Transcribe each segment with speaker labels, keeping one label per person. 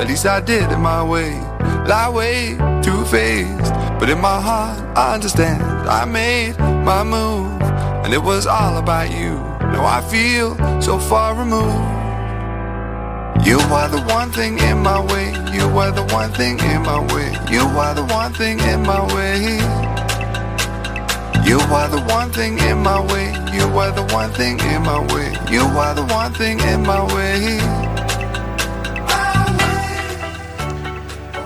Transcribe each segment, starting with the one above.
Speaker 1: At least I did it my way. Lie way too faced. But in my heart, I understand. I made my move. And it was all about you. Now I feel so far removed. You are the one thing in my way. You are the one thing in my way. You are the one thing in my way. You are the one thing in my way. You are the one thing in my way. You are the one thing in my way.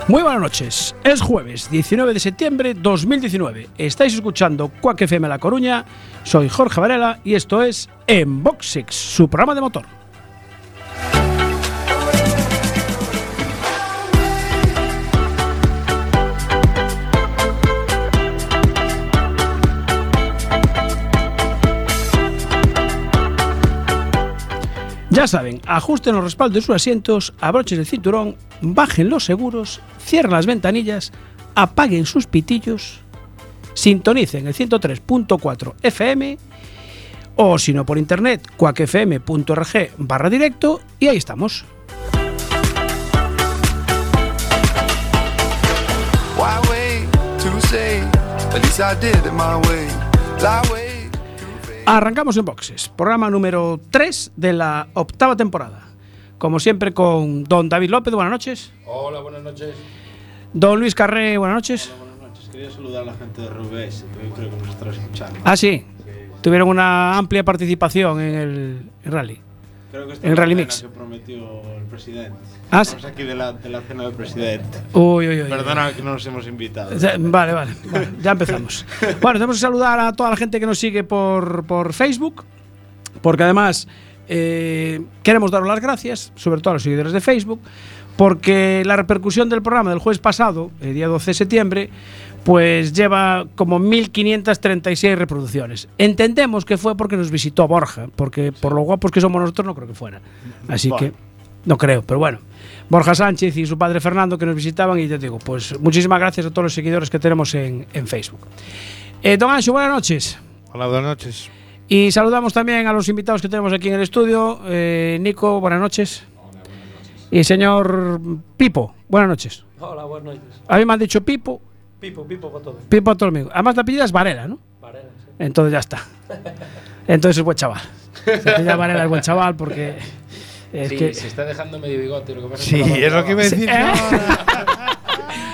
Speaker 2: Muy buenas noches. Es jueves 19 de septiembre 2019. Estáis escuchando Quack FM La Coruña. Soy Jorge Varela y esto es En Boxix, su programa de motor. Ya saben, ajusten los respaldos de sus asientos, abrochen el cinturón, bajen los seguros, cierren las ventanillas, apaguen sus pitillos, sintonicen el 103.4 FM o si no por internet, cuacfm.org barra directo y ahí estamos.
Speaker 1: Why wait to say? At least I did it my way. Lie way too faced.
Speaker 2: Arrancamos en boxes, programa número 3 de la octava temporada. Como siempre con don David López, buenas noches.
Speaker 3: Hola, buenas noches.
Speaker 2: Don Luis Carré, buenas noches.
Speaker 3: Buenas noches. Quería saludar a la gente de Rubés, que yo creo que nos está escuchando.
Speaker 2: Ah, sí. Tuvieron una amplia participación en el rally.
Speaker 3: creo que esta
Speaker 2: el
Speaker 3: es la
Speaker 2: Rally
Speaker 3: cena
Speaker 2: Mix.
Speaker 3: que prometió el presidente.
Speaker 2: Ah,
Speaker 3: Estamos aquí de la, de la cena del presidente.
Speaker 2: Uy, uy, uy.
Speaker 3: Perdona que no nos hemos invitado.
Speaker 2: Ya- Vale, vale, vale, ya empezamos. Bueno, tenemos que saludar a toda la gente que nos sigue por, por Facebook, porque además eh, queremos daros las gracias, sobre todo a los seguidores de Facebook, porque la repercusión del programa del jueves pasado, el día 12 de septiembre, pues lleva como 1.536 reproducciones. Entendemos que fue porque nos visitó Borja, porque por lo guapos pues que somos nosotros no creo que fuera. Así
Speaker 3: Bueno.
Speaker 2: que... No creo, pero bueno. Borja Sánchez y su padre Fernando que nos visitaban y yo digo, pues muchísimas gracias a todos los seguidores que tenemos en, en Facebook. Eh, don Ancho, buenas noches.
Speaker 4: Hola, buenas noches.
Speaker 2: Y saludamos también a los invitados que tenemos aquí en el estudio. Eh, Nico, buenas noches. Y señor Pipo, buenas noches.
Speaker 5: Hola, buenas noches.
Speaker 2: A mí me han dicho Pipo,
Speaker 5: Pipo, Pipo para todos.
Speaker 2: Pipo a todo el mundo. Además la apellida es Varela, ¿no?
Speaker 5: Varela, sí.
Speaker 2: Entonces ya está. Entonces es buen chaval. Se apellida Varela es buen chaval porque... Es
Speaker 6: Sí,
Speaker 2: que,
Speaker 6: se está dejando medio bigote. Lo que pasa
Speaker 4: Sí, es lo que iba a decir.
Speaker 2: ¿Eh?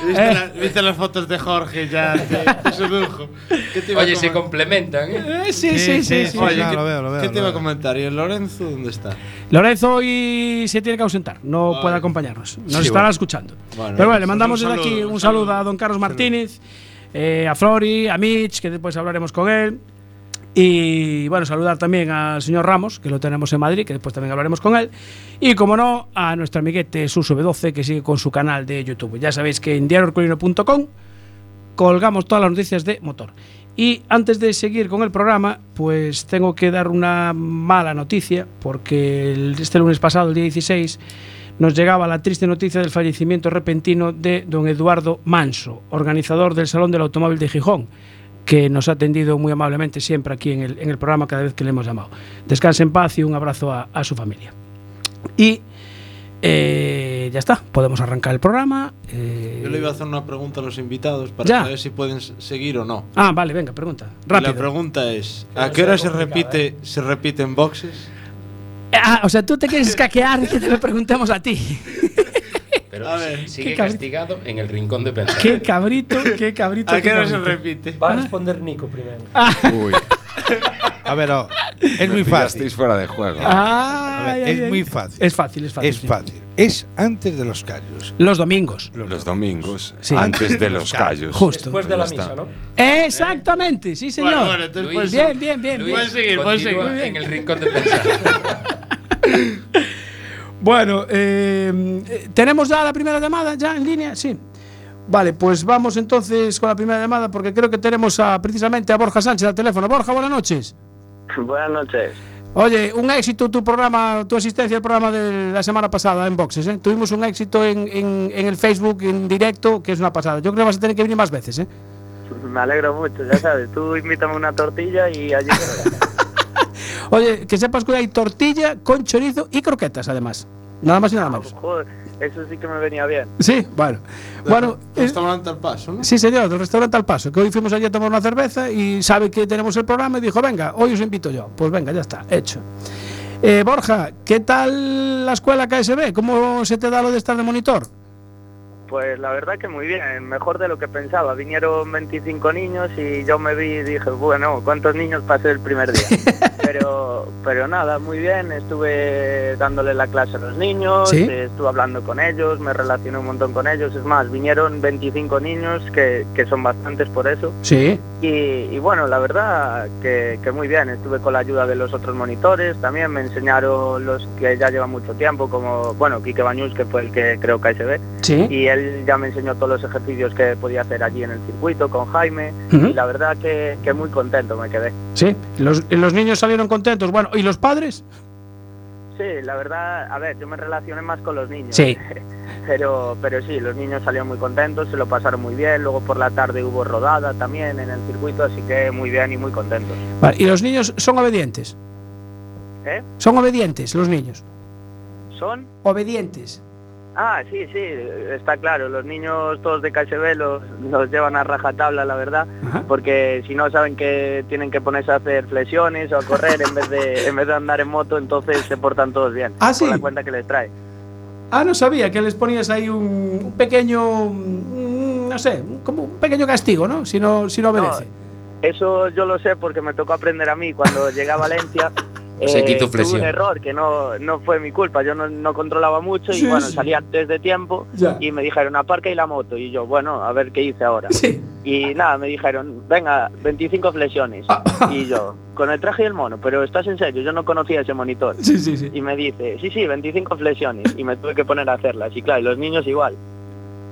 Speaker 3: ¿Viste, la- viste las fotos de Jorge ya? Te, te sedujo. ¿Qué te iba a
Speaker 6: Oye, se
Speaker 3: comentar?
Speaker 6: complementan, ¿eh?
Speaker 2: Eh, sí, sí, sí, sí.
Speaker 3: Oye,
Speaker 4: No,
Speaker 3: ¿qué,
Speaker 4: lo veo, lo veo,
Speaker 3: qué
Speaker 4: lo
Speaker 3: te iba a
Speaker 4: veo.
Speaker 3: comentar? ¿Y el Lorenzo dónde está?
Speaker 2: Lorenzo hoy se tiene que ausentar, no
Speaker 3: Vale.
Speaker 2: puede acompañarnos, nos
Speaker 3: Sí,
Speaker 2: estará
Speaker 3: bueno.
Speaker 2: escuchando.
Speaker 3: Bueno,
Speaker 2: Pero bueno, le
Speaker 3: pues
Speaker 2: mandamos
Speaker 3: un
Speaker 2: desde
Speaker 3: saludo,
Speaker 2: aquí
Speaker 3: un
Speaker 2: un saludo
Speaker 3: saludo.
Speaker 2: a don Carlos Martínez, eh, a Flori, a Mitch, que después hablaremos con él. Y bueno, saludar también al señor Ramos, que lo tenemos en Madrid, que después también hablaremos con él. Y como no, a nuestro amiguete Suso B12, que sigue con su canal de YouTube. Ya sabéis que en diarioherculino.com colgamos todas las noticias de motor. Y antes de seguir con el programa, pues tengo que dar una mala noticia, porque el- este lunes pasado, el día 16, nos llegaba la triste noticia del fallecimiento repentino de don Eduardo Manso, organizador del Salón del Automóvil de Gijón, que nos ha atendido muy amablemente siempre aquí en el, en el programa cada vez que le hemos llamado. Descanse en paz y un abrazo a, a su familia. Y eh, ya está, podemos arrancar el programa. eh,
Speaker 3: Yo le iba a hacer una pregunta a los invitados para
Speaker 2: Ya.
Speaker 3: saber si pueden s- seguir o no.
Speaker 2: Ah, vale, venga, pregunta.
Speaker 3: Y
Speaker 2: Rápido.
Speaker 3: La pregunta es, ¿a
Speaker 5: Pero
Speaker 3: qué hora se
Speaker 5: será complicada,
Speaker 3: repite se repiten boxes?
Speaker 2: Ah, o sea, tú te quieres escaquear de que te lo preguntemos a ti.
Speaker 6: Pero
Speaker 3: A
Speaker 6: si-
Speaker 3: ver.
Speaker 2: Qué
Speaker 6: sigue
Speaker 2: cabrón.
Speaker 6: castigado en el rincón de pensar.
Speaker 2: Qué cabrito, qué cabrito.
Speaker 3: ¿A qué hora se
Speaker 2: cabrito.
Speaker 3: repite?
Speaker 5: Va a responder Nico primero.
Speaker 2: Ah,
Speaker 7: Uy,
Speaker 4: A ver, no, es muy fácil.
Speaker 7: pillasteis fuera de juego.
Speaker 2: Ah,
Speaker 4: A ver,
Speaker 2: ay,
Speaker 4: es
Speaker 2: ay,
Speaker 4: muy
Speaker 2: ay.
Speaker 4: fácil.
Speaker 2: Es fácil, es fácil.
Speaker 4: Es
Speaker 2: sí.
Speaker 4: fácil. Es antes de los callos.
Speaker 2: Los domingos.
Speaker 7: Los domingos,
Speaker 2: Sí.
Speaker 7: antes de los callos.
Speaker 2: Justo.
Speaker 5: Después de la
Speaker 7: Ya está.
Speaker 5: misa, ¿no?
Speaker 2: Exactamente, sí, señor.
Speaker 3: Bueno, bueno, entonces
Speaker 6: Luis,
Speaker 3: puedes-
Speaker 2: bien, bien, bien, bien.
Speaker 6: Luis,
Speaker 3: seguir, puedes
Speaker 6: continúa
Speaker 3: seguir.
Speaker 6: En el rincón de pensar.
Speaker 2: Bueno, eh, eh, ¿tenemos ya la primera llamada ya en línea? Sí. Vale, pues vamos entonces con la primera llamada porque creo que tenemos a, precisamente a Borja Sánchez al teléfono. Borja, buenas noches.
Speaker 8: Buenas noches.
Speaker 2: Oye, un éxito tu programa, tu asistencia al programa de la semana pasada en Boxes. ¿eh? Tuvimos un éxito en, en- en el Facebook en directo que es una pasada. Yo creo que vas a tener que venir más veces. ¿eh?
Speaker 8: Me alegro mucho, ya sabes. Tú invítame una tortilla y allí.
Speaker 2: Oye, que sepas que hoy hay tortilla con chorizo y croquetas además. Nada más y nada menos.
Speaker 8: Joder, Eso sí que me venía bien.
Speaker 2: Sí, bueno. Bueno, es-
Speaker 3: Restaurante al paso, ¿no?
Speaker 2: sí, señor, del restaurante al paso, que hoy fuimos allí a tomar una cerveza y sabe que tenemos el programa y dijo, venga, hoy os invito yo. Pues venga, ya está, hecho. Eh, Borja, ¿qué tal la escuela KSB? ¿Cómo se te da lo de estar de monitor?
Speaker 8: Pues la verdad que muy bien, mejor de lo que pensaba. Vinieron 25 niños y yo me vi y dije, bueno, ¿cuántos niños pasé el primer día? pero, pero nada, muy bien, estuve dándole la clase a los niños,
Speaker 2: Sí.
Speaker 8: eh, estuve hablando con ellos, me relacioné un montón con ellos. Es más, vinieron 25 niños, que, que son bastantes por eso.
Speaker 2: Sí,
Speaker 8: Y, y bueno, la verdad que, que muy bien, estuve con la ayuda de los otros monitores, también me enseñaron los que ya llevan mucho tiempo, como, bueno, Quique Bañús, que fue el que creó KSB
Speaker 2: sí.
Speaker 8: y él ya me enseñó todos los ejercicios que podía hacer allí en el circuito con Jaime y
Speaker 2: Ujú.
Speaker 8: la verdad que, que muy contento me quedé.
Speaker 2: Sí, los, los niños salieron contentos. Bueno, ¿y los padres?
Speaker 8: Sí, la verdad, a ver, yo me relacioné más con los niños.
Speaker 2: Sí.
Speaker 8: Pero, pero sí, los niños salieron muy contentos, se lo pasaron muy bien, luego por la tarde hubo rodada también en el circuito, así que muy bien y muy contentos.
Speaker 2: Vale, ¿Y los niños son obedientes?
Speaker 8: ¿Eh?
Speaker 2: Son obedientes los niños.
Speaker 8: ¿Son?
Speaker 2: Obedientes.
Speaker 8: Ah, sí, sí, está claro, los niños todos de KSB los, los llevan a rajatabla, la verdad,
Speaker 2: Ajá.
Speaker 8: porque si no saben que tienen que ponerse a hacer flexiones o a correr en vez de en vez de andar en moto, entonces se portan todos bien.
Speaker 2: Ah, sí.
Speaker 8: Por la cuenta que les trae.
Speaker 2: Ah, no sabía que les ponías ahí un, un pequeño, mm, no sé, un- como un pequeño castigo, ¿no? Si no, si no obedece.
Speaker 8: Eso yo lo sé porque me tocó aprender a mí cuando llegué a Valencia. Eh,
Speaker 6: O sea, que hizo
Speaker 8: tuve
Speaker 6: flexión.
Speaker 8: un error que no, no fue mi culpa, yo no, no controlaba mucho
Speaker 2: Sí,
Speaker 8: y bueno,
Speaker 2: sí.
Speaker 8: salí antes de tiempo
Speaker 2: Ya.
Speaker 8: y me dijeron aparca y la moto y yo, bueno, a ver qué hice ahora.
Speaker 2: Sí.
Speaker 8: Y nada, me dijeron, venga, 25 flexiones.
Speaker 2: Ah.
Speaker 8: Y yo, con el traje y el mono, pero estás en serio, yo no conocía ese monitor.
Speaker 2: Sí, sí, sí.
Speaker 8: Y me dice, sí, sí, 25 flexiones. Y me tuve que poner a hacerlas. Y claro, y los niños igual.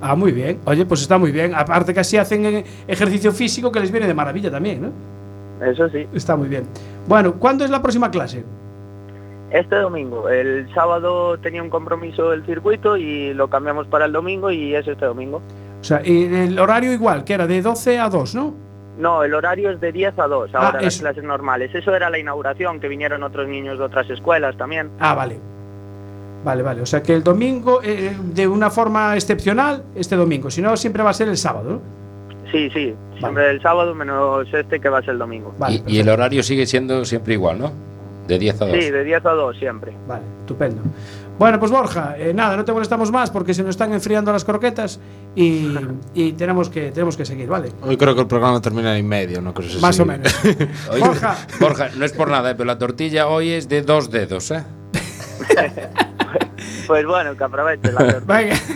Speaker 2: Ah, muy bien. Oye, pues está muy bien. Aparte que así hacen eh, ejercicio físico que les viene de maravilla también, ¿no?
Speaker 8: Eso sí.
Speaker 2: Está muy bien. Bueno, ¿cuándo es la próxima clase?
Speaker 8: Este domingo, el sábado tenía un compromiso el circuito y lo cambiamos para el domingo y es este domingo.
Speaker 2: O sea, y el horario igual, que era de 12 a 2, ¿no?
Speaker 8: No, el horario es de 10 a 2, ahora
Speaker 2: Ah,
Speaker 8: las
Speaker 2: eso.
Speaker 8: clases normales. Eso era la inauguración, que vinieron otros niños de otras escuelas también.
Speaker 2: Ah, vale. Vale, vale. O sea que el domingo, eh, de una forma excepcional, este domingo. Si no, siempre va a ser el sábado, ¿no?
Speaker 8: Sí, sí, siempre el sábado menos este que va a ser el domingo.
Speaker 2: Vale,
Speaker 6: y, y el
Speaker 2: perfecto.
Speaker 6: horario sigue siendo siempre igual, ¿no? De 10 a 2.
Speaker 8: Sí, de 10 a 2 siempre.
Speaker 2: Vale, estupendo. Bueno, pues Borja, eh, nada, no te molestamos más porque se nos están enfriando las croquetas y, y tenemos, que, tenemos que seguir, ¿vale?
Speaker 3: Hoy creo que el programa termina en medio, no creo
Speaker 2: Más o menos.
Speaker 6: Oye,
Speaker 2: Borja.
Speaker 6: Borja, no es por nada, eh, pero la tortilla hoy es de dos dedos, ¿eh?
Speaker 8: Pues bueno, que aproveche la torta.
Speaker 2: Venga.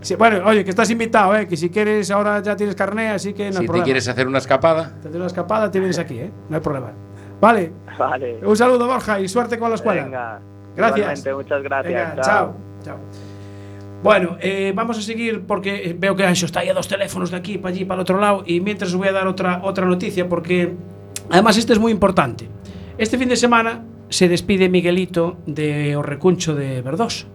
Speaker 2: Sí, bueno, oye, que estás invitado, ¿eh? Que si quieres, ahora ya tienes carné, así que no hay
Speaker 6: si te
Speaker 2: problema.
Speaker 6: quieres hacer una escapada,
Speaker 2: Te doy una escapada, te vienes aquí, ¿eh? No hay problema. Vale,
Speaker 8: Vale.
Speaker 2: un saludo, Borja, y suerte con la escuela.
Speaker 8: Venga.
Speaker 2: Gracias.
Speaker 8: igualmente, Muchas gracias.
Speaker 2: Venga, chao. chao. Bueno, eh, vamos a seguir porque eh, veo que Ancho está ahí a dos teléfonos de aquí, para allí, para el otro lado. Y mientras os voy a dar otra, otra noticia porque además este es muy importante. Este fin de semana se despide Miguelito de Orrecuncho de Verdoso.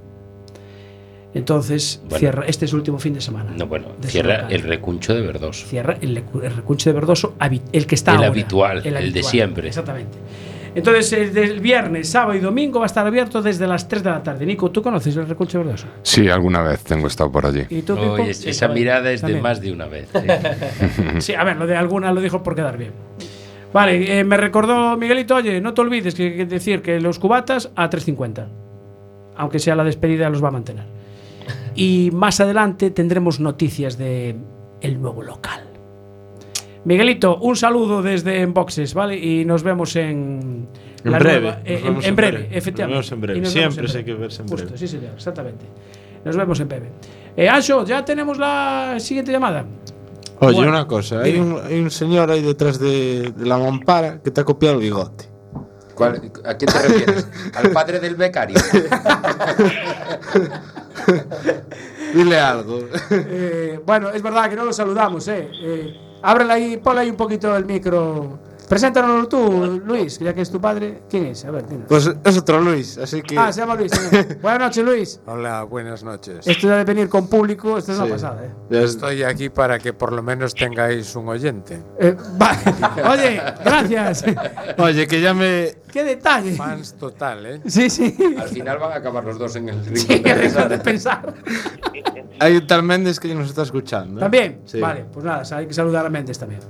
Speaker 2: Entonces,
Speaker 6: Bueno.
Speaker 2: cierra, este es el último fin de semana.
Speaker 6: no, bueno,
Speaker 2: De su
Speaker 6: cierra
Speaker 2: local.
Speaker 6: el recuncho de verdoso.
Speaker 2: Cierra el, lecu- el recuncho de Verdoso, habi- el que está
Speaker 6: El
Speaker 2: ahora,
Speaker 6: habitual, el de siempre.
Speaker 2: Exactamente. Entonces, el del viernes, sábado y domingo va a estar abierto desde las 3 de la tarde. Nico, ¿tú conoces el recuncho de Verdoso?
Speaker 7: Sí, alguna vez tengo estado por allí.
Speaker 2: ¿Y tú, Pipo?
Speaker 6: Oye,
Speaker 2: Sí,
Speaker 6: esa
Speaker 2: también.
Speaker 6: mirada es de
Speaker 2: También.
Speaker 6: más de una vez. sí.
Speaker 2: Sí, a ver, lo de alguna lo dijo por quedar bien. Vale, eh, me recordó Miguelito, oye, no te olvides que, que decir que los cubatas a 3.50. Aunque sea la despedida, los va a mantener. Y más adelante tendremos noticias de el nuevo local. Miguelito, un saludo desde Enboxes, ¿vale? Y nos vemos en.
Speaker 3: En
Speaker 2: la
Speaker 3: breve,
Speaker 2: nueva-
Speaker 3: nos
Speaker 2: eh, en,
Speaker 3: vemos
Speaker 2: en
Speaker 3: en
Speaker 2: breve,
Speaker 3: breve. Nos
Speaker 2: efectivamente.
Speaker 3: vemos en breve.
Speaker 2: Y nos
Speaker 3: Siempre
Speaker 2: vemos
Speaker 3: se hay que verse en
Speaker 2: Justo,
Speaker 3: breve.
Speaker 2: sí, señor, exactamente. Nos vemos en breve. Eh, Anxo, ya tenemos la siguiente llamada.
Speaker 3: Oye,
Speaker 2: Bueno,
Speaker 3: una cosa, hay
Speaker 2: dime.
Speaker 3: un, hay un señor ahí detrás de, de la mampara que te ha copiado el bigote.
Speaker 6: ¿Cuál- ¿A quién te refieres? Al padre del becario.
Speaker 3: Dile algo.
Speaker 2: Eh, bueno, es verdad que no lo saludamos, ¿eh? Eh, ábrele ahí, ponle ahí un poquito el micro Preséntanos tú, Luis, ya que es tu padre. ¿Quién es? A ver, dinos.
Speaker 9: Pues es otro Luis, así que.
Speaker 2: Ah, se llama Luis. venga. Buenas noches, Luis.
Speaker 9: Hola, buenas noches.
Speaker 2: Esto de venir con público, esto es una
Speaker 9: Sí.
Speaker 2: pasada, ¿eh?
Speaker 9: Ya es-
Speaker 10: Estoy aquí para que por lo menos tengáis un oyente.
Speaker 2: Eh, va- Oye, gracias.
Speaker 11: Oye, que ya me.
Speaker 2: Qué detalle.
Speaker 10: Fans total, ¿eh?
Speaker 2: Sí, sí.
Speaker 6: Al final van a acabar los dos en el rincón.
Speaker 2: Sí,
Speaker 6: de
Speaker 2: que rincón de
Speaker 6: pensar.
Speaker 2: pensar.
Speaker 9: Hay un tal Méndez que nos está escuchando. ¿eh?
Speaker 2: También.
Speaker 9: Sí.
Speaker 2: Vale, pues nada, hay que saludar a Méndez también.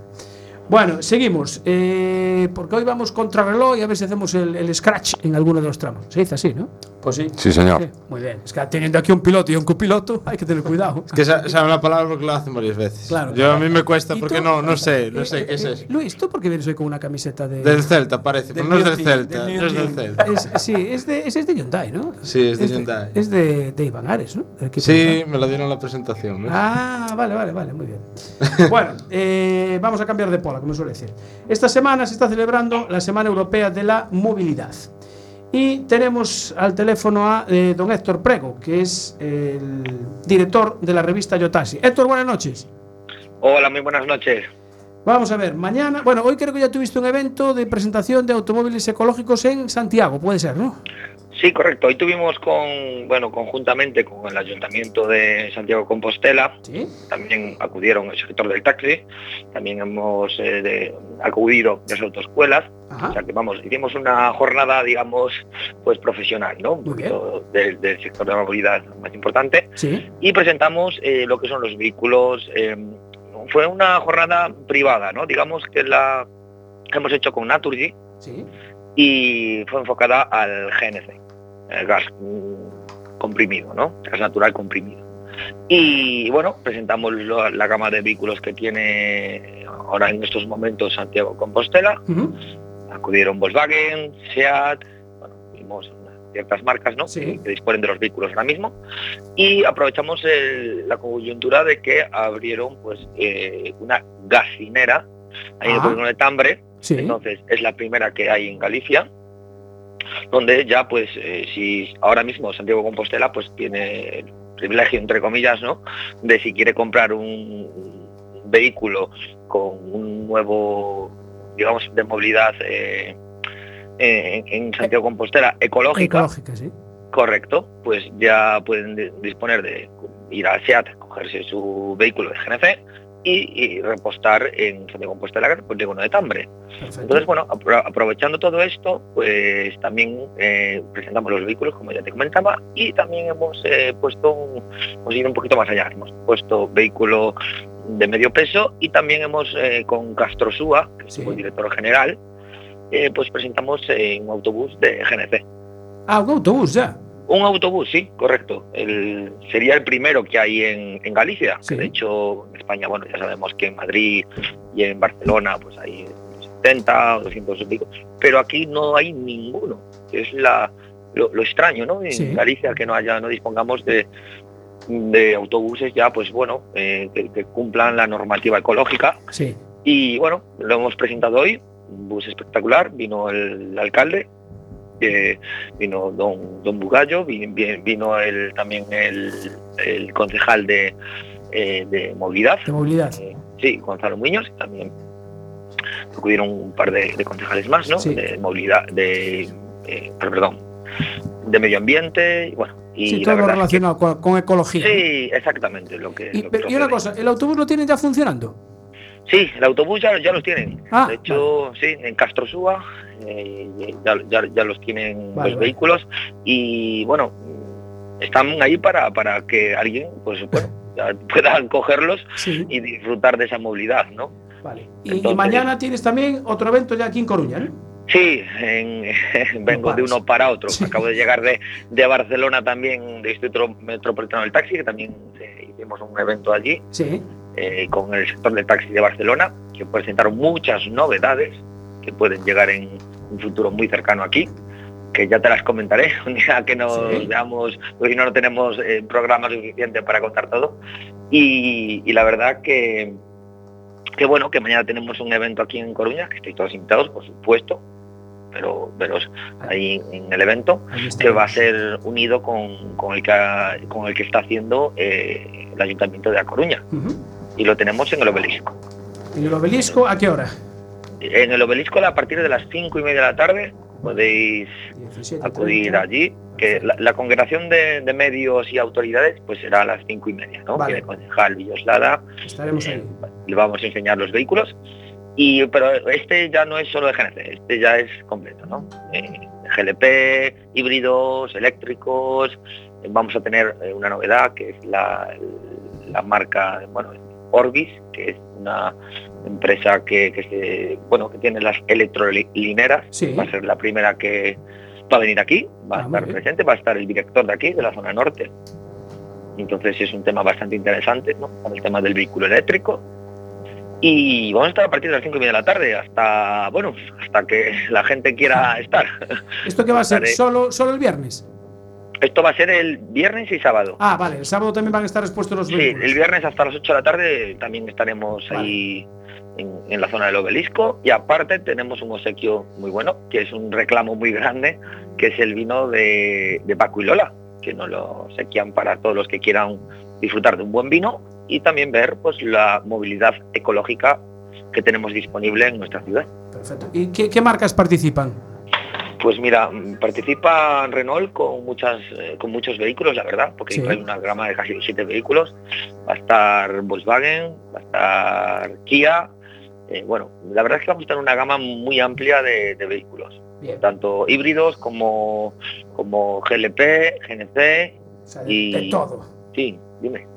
Speaker 2: Bueno, seguimos. eh, porque hoy vamos contra reloj y a ver si hacemos el, el scratch en alguno de los tramos. Se dice así, ¿no?
Speaker 12: Pues sí.
Speaker 7: Sí, señor.
Speaker 2: Sí, Muy bien. Es que teniendo aquí un piloto y un copiloto, hay que tener cuidado.
Speaker 9: Que sa- saben la palabra porque lo hacen varias veces.
Speaker 2: Claro.
Speaker 9: Yo a mí me cuesta
Speaker 2: ¿Y
Speaker 9: porque
Speaker 2: tú?
Speaker 9: no, no sé, no
Speaker 2: Eh,
Speaker 9: sé qué es
Speaker 2: eh,
Speaker 9: eso.
Speaker 2: Luis, ¿tú por qué vienes hoy con una camiseta de.?
Speaker 9: Del Celta parece,
Speaker 12: Del
Speaker 9: pero no es del
Speaker 12: Newport,
Speaker 9: Celta,
Speaker 12: del
Speaker 9: no es del
Speaker 12: Newport.
Speaker 9: Celta.
Speaker 2: Es- sí, es de, ese es de Hyundai, ¿no?
Speaker 9: Sí, es de Hyundai.
Speaker 2: Es este, de, de Iván Ares, ¿no? El equipo de
Speaker 9: Sí,
Speaker 2: Iván.
Speaker 9: me lo dieron en la presentación. ¿eh? ¿no?
Speaker 2: Ah, vale, vale, vale, muy bien. Bueno, eh, vamos a cambiar de pola, como suele decir. Esta semana se está celebrando la Semana Europea de la Movilidad. Y tenemos al teléfono a eh, don Héctor Prego, que es el director de la revista Yotasi. Héctor, buenas noches.
Speaker 13: Hola, muy buenas noches.
Speaker 2: Vamos a ver, mañana, bueno, hoy creo que ya tuviste un evento de presentación de automóviles ecológicos en Santiago, puede ser, ¿no?
Speaker 13: Sí, correcto. Hoy tuvimos con, bueno, conjuntamente con el Ayuntamiento de Santiago de Compostela,
Speaker 2: Sí.
Speaker 13: también acudieron el sector del taxi, también hemos eh, de- acudido las autoescuelas,
Speaker 2: Ajá.
Speaker 13: o sea que vamos, hicimos una jornada, digamos, pues profesional, ¿no? Un
Speaker 2: Muy bien.
Speaker 13: poquito del, del sector de la movilidad más importante.
Speaker 2: Sí.
Speaker 13: Y presentamos eh, lo que son los vehículos. eh, fue una jornada privada, ¿no? Digamos que la hemos hecho con Naturgy,
Speaker 2: Sí.
Speaker 13: y fue enfocada al GNC, el eh, gas mm, comprimido, ¿no? Gas natural comprimido. Y bueno, presentamos lo- la gama de vehículos que tiene ahora en estos momentos Santiago de Compostela.
Speaker 2: Ujú.
Speaker 13: Acudieron Volkswagen, Seat, bueno, vimos ciertas marcas, ¿no?
Speaker 2: Sí.
Speaker 13: Que disponen de los vehículos ahora mismo. Y aprovechamos el- la coyuntura de que abrieron pues eh, una gasinera ahí en el
Speaker 2: Ajá.
Speaker 13: pueblo de Tambre,
Speaker 2: Ah. Sí.
Speaker 13: entonces es la primera que hay en Galicia, donde ya pues eh, si ahora mismo Santiago de Compostela pues tiene el privilegio entre comillas, ¿no? De si quiere comprar un vehículo con un nuevo, digamos, de movilidad eh, eh, en en Santiago de Compostela ecológica,
Speaker 2: Ecológica, sí.
Speaker 13: correcto, pues ya pueden de- disponer de ir a SEAT, cogerse su vehículo de GNC y, y repostar en Santiago de Compostela, pues digo, no de Tambre.
Speaker 2: Perfecto.
Speaker 13: Entonces, bueno, apro- aprovechando todo esto, pues también eh, presentamos los vehículos, como ya te comentaba, y también hemos eh, puesto, un- hemos ido un poquito más allá, hemos puesto vehículo de medio peso y también hemos, eh, con Castro Súa, que es
Speaker 2: Sí.
Speaker 13: el director general, eh, pues presentamos eh, un autobús de GNC.
Speaker 2: Ah, un autobús ya.
Speaker 13: Un autobús, sí, correcto. El, sería el primero que hay en, en Galicia. que
Speaker 2: Sí.
Speaker 13: De hecho, en España, bueno, ya sabemos que en Madrid y en Barcelona, pues hay 70 o 200 y pico. Pero aquí no hay ninguno. Es la, lo, lo extraño, ¿no? En
Speaker 2: Sí.
Speaker 13: Galicia que no haya, no dispongamos de, de autobuses ya, pues bueno, eh, que- que cumplan la normativa ecológica.
Speaker 2: Sí.
Speaker 13: Y bueno, lo hemos presentado hoy, un bus espectacular, vino el alcalde, eh, vino don, don Bugallo, vi- vi- vino el, también el, el concejal de, eh, de movilidad,
Speaker 2: De movilidad.
Speaker 13: eh, sí, Gonzalo Muñoz, y también acudieron un par de, de concejales más, ¿no?
Speaker 2: Sí.
Speaker 13: De movilidad, de, eh, perdón, de medio ambiente, y bueno, y
Speaker 2: sí,
Speaker 13: la
Speaker 2: todo
Speaker 13: verdad es que-
Speaker 2: relacionado con, con ecología. ¿no?
Speaker 13: Sí, exactamente, lo que...
Speaker 2: Y,
Speaker 13: lo que
Speaker 2: pero- y una
Speaker 13: procede.
Speaker 2: cosa, ¿el autobús lo tienen ya funcionando?
Speaker 13: Sí, el autobús ya, ya los tienen.
Speaker 2: Ah,
Speaker 13: de hecho, sí, en Castrosúa eh, ya, ya- ya los tienen
Speaker 2: Vale,
Speaker 13: los
Speaker 2: vale.
Speaker 13: vehículos y bueno, están ahí para, para que alguien pues bueno, ya pueda cogerlos
Speaker 2: Sí.
Speaker 13: y disfrutar de esa movilidad, ¿no?
Speaker 2: Vale. Y, y
Speaker 13: Entonces-
Speaker 2: mañana tienes también otro evento ya aquí en Coruña, ¿eh? ¿no?
Speaker 13: Sí, en- vengo de
Speaker 2: paras.
Speaker 13: uno para otro.
Speaker 2: Sí.
Speaker 13: Acabo de llegar de, de Barcelona también, del Instituto Metropolitano del Taxi, que también eh, hicimos un evento allí.
Speaker 2: Sí.
Speaker 13: eh, con el sector del taxi de Barcelona, que presentaron muchas novedades que pueden llegar en un futuro muy cercano aquí, que ya te las comentaré un día que nos
Speaker 2: Sí.
Speaker 13: veamos, porque si no, no tenemos eh, programa suficiente para contar todo. Y, y la verdad que, que bueno, que mañana tenemos un evento aquí en Coruña, que estáis todos invitados, por supuesto, pero veros ahí en el evento
Speaker 2: Ahí está.
Speaker 13: que va a ser unido con, con el, que ha- con el que está haciendo eh, el Ayuntamiento de A Coruña
Speaker 2: Ujú.
Speaker 13: y lo tenemos en el obelisco.
Speaker 2: ¿En el obelisco a qué hora?
Speaker 13: en el obelisco a partir de las cinco y media de la tarde podéis acudir allí, que la, la congregación de, de medios y autoridades pues será a las cinco y media, ¿no?
Speaker 2: Vale.
Speaker 13: Viene el concejal Villoslada,
Speaker 2: Estaremos ahí.
Speaker 13: le vamos a enseñar los vehículos, y pero este ya no es solo de GNC, este ya es completo, ¿no? Eh, GLP, híbridos, eléctricos, eh, vamos a tener eh, una novedad que es la, la marca, bueno, Orbis, que es una empresa que, que se, bueno, que tiene las electrolineras, va a ser la primera que va a venir aquí, va a estar presente, va a estar el director de aquí, de la zona norte. Entonces es un tema bastante interesante, ¿no? Para el tema del vehículo eléctrico. Y vamos a estar a partir de las 5 y media de la tarde hasta, bueno, hasta que la gente quiera estar.
Speaker 2: ¿Esto qué va a ser?
Speaker 13: Estaré-
Speaker 2: ¿Solo, solo el viernes?
Speaker 13: Esto va a ser el viernes y sábado.
Speaker 2: Ah, vale, el sábado también van a estar expuestos los
Speaker 13: Sí,
Speaker 2: vehículos.
Speaker 13: el viernes hasta las 8 de la tarde también estaremos ahí en, en la zona del obelisco y aparte tenemos un obsequio muy bueno, que es un reclamo muy grande, que es el vino de, de Paco y Lola, que nos lo obsequian para todos los que quieran disfrutar de un buen vino y también ver pues la movilidad ecológica que tenemos disponible en nuestra ciudad.
Speaker 2: Perfecto. ¿Y qué, qué marcas participan?
Speaker 13: Pues mira, mm, participa Renault con muchas eh, con muchos vehículos, la verdad, porque
Speaker 2: Sí.
Speaker 13: hay una grama de casi siete vehículos. Va a estar Volkswagen, va a estar Kia. Eh, bueno, la verdad es que vamos a estar en una gama muy amplia de, de vehículos,
Speaker 2: Bien.
Speaker 13: tanto híbridos como como GLP, GNC
Speaker 2: O sea, de,
Speaker 13: y
Speaker 2: de todo.
Speaker 13: Sí, dime.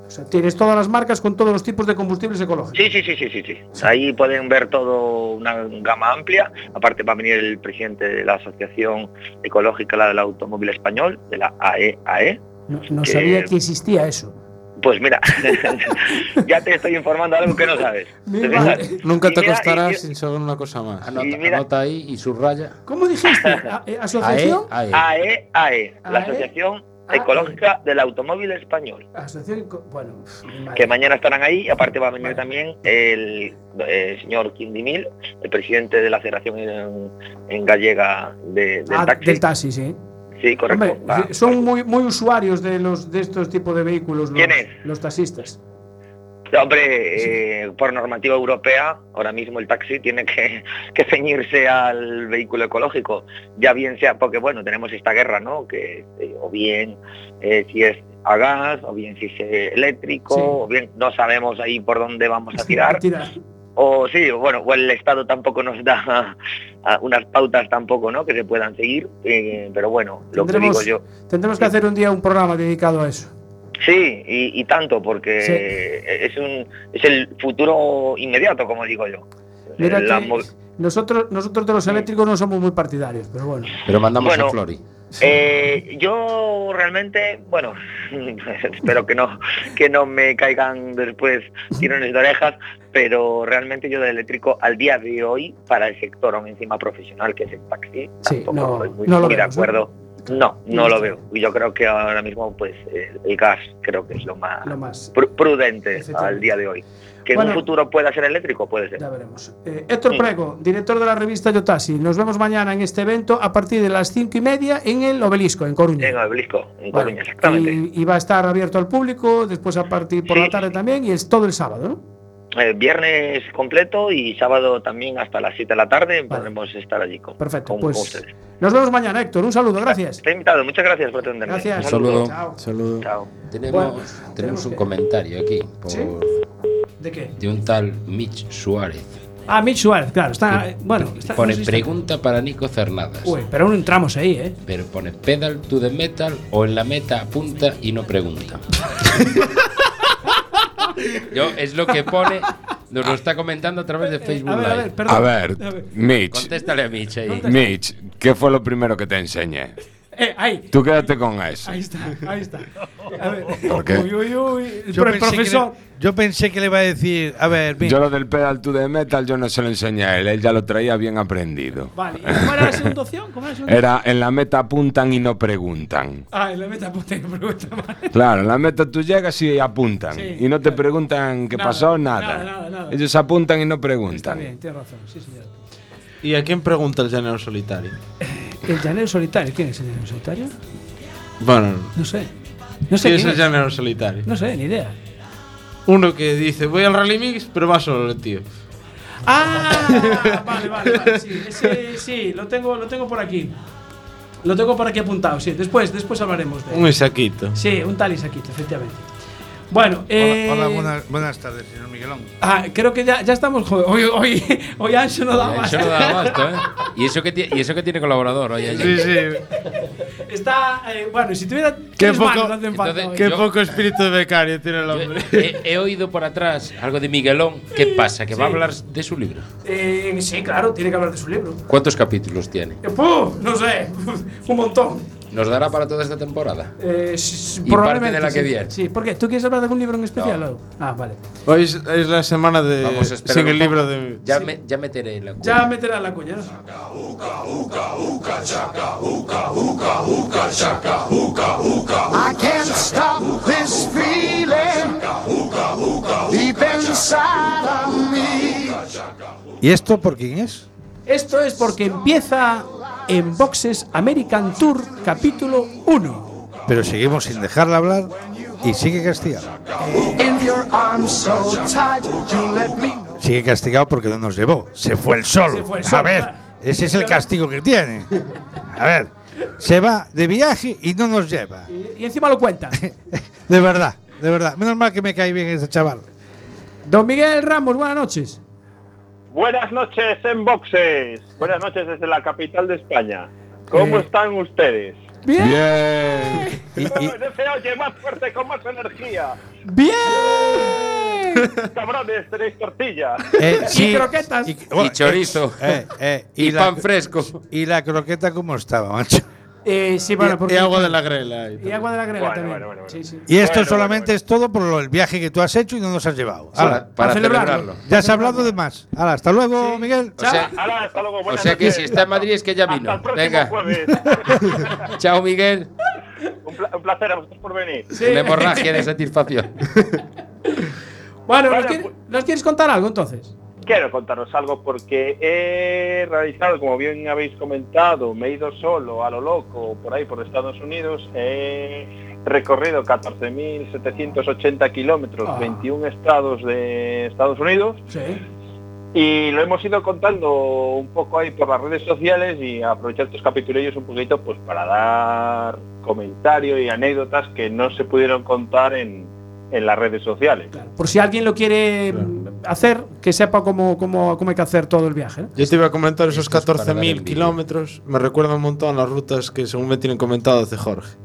Speaker 2: O sea, tienes todas las marcas con todos los tipos de combustibles ecológicos.
Speaker 13: Sí, sí, sí, sí, sí, sí. Ahí pueden ver todo una gama amplia. Aparte va a venir el presidente de la Asociación Ecológica la del Automóvil Español, de la E AEAE.
Speaker 2: No, no
Speaker 13: que-
Speaker 2: sabía que existía eso.
Speaker 13: Pues mira, ya te estoy informando de algo que no sabes.
Speaker 2: Mi
Speaker 13: Entonces,
Speaker 9: Nunca te
Speaker 13: y mira,
Speaker 9: acostarás
Speaker 13: y- y-
Speaker 9: sin saber una cosa más.
Speaker 13: Anota- Y mira- anota
Speaker 9: ahí y subraya.
Speaker 2: ¿Cómo dijiste? ¿A- eh, ¿Asociación? E. Ah.
Speaker 9: AE.
Speaker 13: AEAE, E la
Speaker 2: AE.
Speaker 13: Asociación Ecológica del Automóvil Español.
Speaker 2: Asociación. co- Bueno, pf, mi madre.
Speaker 13: Que mañana estarán ahí y aparte va a venir también el eh, señor Quindimil, el presidente de la Federación en, en Gallega de, del
Speaker 2: Ah,
Speaker 13: Taxi.
Speaker 2: del taxi, sí.
Speaker 13: Sí, correcto. Ah.
Speaker 2: Hombre,
Speaker 13: Va.
Speaker 2: son muy, muy usuarios de los de estos tipos de vehículos los,
Speaker 13: ¿Quién es?
Speaker 2: los taxistas.
Speaker 13: Hombre, eh, por normativa europea, ahora mismo el taxi tiene que, que ceñirse al vehículo ecológico, ya bien sea porque, bueno, tenemos esta guerra, ¿no? Que eh, o bien eh, si es a gas, o bien si es eh, eléctrico,
Speaker 2: Sí.
Speaker 13: o bien no sabemos ahí por dónde vamos a tirar,
Speaker 2: Tirar.
Speaker 13: o sí, o bueno, o el Estado tampoco nos da ah, unas pautas tampoco, ¿no? Que se puedan seguir, eh, pero bueno, lo que digo
Speaker 2: Tendremos-
Speaker 13: yo.
Speaker 2: Tendremos que hacer un día un programa dedicado a eso.
Speaker 13: Sí, y, y tanto, porque
Speaker 2: Sí.
Speaker 13: es un es el futuro inmediato, como digo yo.
Speaker 2: Mira
Speaker 13: La
Speaker 2: que
Speaker 13: mo-
Speaker 2: nosotros, nosotros de los eléctricos no somos muy partidarios, pero bueno.
Speaker 6: Pero mandamos
Speaker 13: Bueno.
Speaker 6: a Flori.
Speaker 13: eh, yo realmente, bueno, espero que no que no me caigan después tirones de orejas, pero realmente yo de eléctrico al día de hoy para el sector aún encima profesional que es el taxi,
Speaker 2: Sí,
Speaker 13: tampoco
Speaker 2: no,
Speaker 13: estoy muy,
Speaker 2: no lo
Speaker 13: muy de
Speaker 2: vemos, ¿no?
Speaker 13: acuerdo. No, no lo veo. Yo creo que ahora mismo pues eh, el gas creo que es lo más,
Speaker 2: Lo más.
Speaker 13: pru- prudente al
Speaker 2: Efectivamente.
Speaker 13: día de hoy. Que
Speaker 2: Bueno.
Speaker 13: en un futuro pueda ser eléctrico, puede ser.
Speaker 2: Ya veremos. Eh, Héctor
Speaker 13: Sí.
Speaker 2: Prego, director de la revista Yotasi. Nos vemos mañana en este evento a partir de las cinco y media en el obelisco, en Coruña.
Speaker 13: En Obelisco, en
Speaker 2: Vale.
Speaker 13: Coruña, exactamente.
Speaker 2: Y, y va a estar abierto al público, después a partir por
Speaker 13: Sí.
Speaker 2: la tarde también, y es todo el sábado, ¿no?
Speaker 13: Eh, viernes completo y sábado también hasta las 7 de la tarde podremos estar allí con,
Speaker 2: Perfecto,
Speaker 13: con- con
Speaker 2: pues-
Speaker 13: ustedes.
Speaker 2: Nos vemos mañana, Héctor. Un saludo, gracias.
Speaker 13: Estoy invitado, muchas gracias por atenderme.
Speaker 2: Gracias.
Speaker 6: Un saludo.
Speaker 2: Chao.
Speaker 9: Saludos.
Speaker 13: Chao.
Speaker 6: Tenemos,
Speaker 2: Bueno, tenemos
Speaker 6: tenemos un
Speaker 2: que-
Speaker 6: comentario aquí por-
Speaker 2: ¿Sí? ¿De qué?
Speaker 6: de un tal Mitch Suárez.
Speaker 2: Ah, Mitch Suárez, claro. Está, eh, bueno, está,
Speaker 6: pone
Speaker 2: no sé si está-
Speaker 6: pregunta para Nico Cernadas.
Speaker 2: Uy, pero aún entramos ahí, ¿eh?
Speaker 6: Pero pone pedal to the metal o en la meta apunta y no pregunta. Yo, es lo que pone, nos lo está comentando a través de Facebook
Speaker 2: Eh, a ver, a
Speaker 6: Live.
Speaker 2: ver, perdón.
Speaker 7: A ver,
Speaker 2: A ver.
Speaker 7: Mitch,
Speaker 6: Contéstale a Mitch ahí.
Speaker 7: Mitch, ¿qué fue lo primero que te enseñé?
Speaker 2: Eh, ahí.
Speaker 7: Tú quédate con eso.
Speaker 2: Ahí está, ahí está. A ver.
Speaker 7: ¿Por qué?
Speaker 2: Uy, uy, uy.
Speaker 4: Yo
Speaker 2: Pero el
Speaker 4: pensé que
Speaker 2: profesor.
Speaker 4: le- yo pensé que le iba a decir, a ver, mira,
Speaker 7: Yo lo del pedal to the metal yo no se lo enseñé a él, él ya lo traía bien aprendido.
Speaker 2: Vale, ¿y ¿cómo era la segunda opción? ¿Cómo era la segunda
Speaker 7: Era en la meta apuntan y no preguntan.
Speaker 2: Ah, en la meta apunté, no pregunta vale.
Speaker 7: Claro, en la meta tú llegas y apuntan
Speaker 2: Sí,
Speaker 7: y no te preguntan qué
Speaker 2: Nada,
Speaker 7: pasó,
Speaker 2: nada,
Speaker 7: nada.
Speaker 2: nada, nada.
Speaker 7: Ellos apuntan y no
Speaker 2: Está
Speaker 7: preguntan.
Speaker 2: bien, tienes razón, sí, señor.
Speaker 9: ¿Y a quién pregunta el llanero solitario?
Speaker 2: El llanero solitario, ¿quién es el llanero solitario?
Speaker 9: Bueno,
Speaker 2: No sé. No sé
Speaker 9: ¿quién es
Speaker 2: quién
Speaker 9: el
Speaker 2: es.
Speaker 9: llanero solitario?
Speaker 2: No sé, ni idea.
Speaker 9: Uno que dice, voy al Rally Mix, pero va solo el tío.
Speaker 2: Ah, vale, vale, vale, sí, ese- sí, lo tengo, lo tengo por aquí. Lo tengo por aquí apuntado, sí. Después, después hablaremos de
Speaker 9: Un saquito.
Speaker 2: Sí, un talis aquí, efectivamente. Bueno, eh,
Speaker 4: Hola, buenas, buenas tardes, señor Miguelón.
Speaker 2: ah, creo que ya, ya estamos. jo- Hoy, hoy, hoy Ancho no da más.
Speaker 6: Eso no da abasto, ¿eh? Y eso que, ti- y eso que tiene colaborador, oye.
Speaker 3: Sí, sí.
Speaker 2: Está. eh, bueno, si tuviera.
Speaker 3: Qué
Speaker 2: tres
Speaker 3: poco,
Speaker 2: manos, no hacen falta hoy.
Speaker 3: qué poco espíritu de becario tiene el hombre.
Speaker 6: He, he oído por atrás algo de Miguelón. ¿Qué pasa? ¿Que va a hablar de su libro?
Speaker 2: Eh, sí, claro, tiene que hablar de su libro.
Speaker 6: ¿Cuántos capítulos tiene?
Speaker 2: Eh, ¡puf! No sé, un montón.
Speaker 6: ¿Nos dará para toda esta temporada?
Speaker 2: Eh, s-
Speaker 6: Y parte
Speaker 2: probablemente
Speaker 6: de la que
Speaker 2: sí.
Speaker 6: viene.
Speaker 2: Sí, ¿por qué? ¿Tú quieres hablar de algún libro en especial? o algo? Ah, vale.
Speaker 3: Hoy es, es la semana de.
Speaker 6: Vamos a esperar
Speaker 3: sin
Speaker 6: un
Speaker 3: Eh, el
Speaker 6: poco.
Speaker 3: libro de.
Speaker 6: Ya, me- ya meteré la cuña.
Speaker 2: Ya meterá la cuña.
Speaker 1: I can't stop this feeling deep inside of me.
Speaker 4: ¿Y esto por quién es?
Speaker 2: Esto es porque empieza en Boxes American Tour, capítulo 1.
Speaker 4: Pero seguimos sin dejarla hablar y sigue castigado.
Speaker 1: In your arms so tight, you let me
Speaker 4: Sigue castigado porque no nos llevó. Se fue el solo.
Speaker 1: Se fue el solo,
Speaker 4: A ver,
Speaker 1: claro.
Speaker 4: ese es el castigo que tiene. A ver, se va de viaje y no nos lleva.
Speaker 2: Y encima lo cuenta.
Speaker 4: De verdad, de verdad. Menos mal que me cae bien ese chaval.
Speaker 2: Don Miguel Ramos, buenas noches.
Speaker 14: Buenas noches en boxes. Buenas noches desde la capital de España. ¿Cómo
Speaker 2: Eh.
Speaker 14: están ustedes?
Speaker 2: Bien.
Speaker 14: Se oye más fuerte con más energía.
Speaker 2: Bien.
Speaker 14: Cabrones, tenéis tortilla.
Speaker 4: Eh, sí,
Speaker 2: croquetas.
Speaker 4: bueno, eh,
Speaker 6: chorizo.
Speaker 4: eh, eh,
Speaker 6: Y
Speaker 4: la-
Speaker 6: pan fresco.
Speaker 4: Y la croqueta, ¿cómo estaba, macho?
Speaker 2: Eh, sí, bueno, porque-
Speaker 4: grela.
Speaker 2: Y agua de la grela también. Sí, sí.
Speaker 4: Y esto solamente es todo por lo- el viaje que tú has hecho y no nos has llevado.
Speaker 6: Para-
Speaker 4: Hala.
Speaker 6: para celebrarlo.
Speaker 4: Ya has hablado de más. Hala, hasta luego, Miguel.
Speaker 6: O sea, o sea que si está en Madrid es que ya vino. Venga. Chao, Miguel.
Speaker 14: Un, pla- un placer a vosotros por venir.
Speaker 6: Una hemorragia de satisfacción.
Speaker 2: Bueno, ¿nos, quieres, nos quieres contar algo entonces?
Speaker 14: Quiero contaros algo porque he realizado, como bien habéis comentado, me he ido solo a lo loco por ahí por Estados Unidos. He recorrido 14.780 kilómetros, 21 estados de Estados Unidos. Y lo hemos ido contando un poco ahí por las redes sociales y aprovechar estos capitulillos un poquito pues para dar comentario y anécdotas que no se pudieron contar en, en las redes sociales.
Speaker 2: Por si alguien lo quiere mm, hacer, que sepa cómo, cómo, cómo hay que hacer todo el viaje.
Speaker 4: Pues
Speaker 2: ¿no?
Speaker 9: Yo te iba a comentar esos
Speaker 2: para dar
Speaker 9: 14.000
Speaker 2: envidia.
Speaker 9: kilómetros. Me recuerda un montón las rutas que, según me tienen comentado, hace Jorge.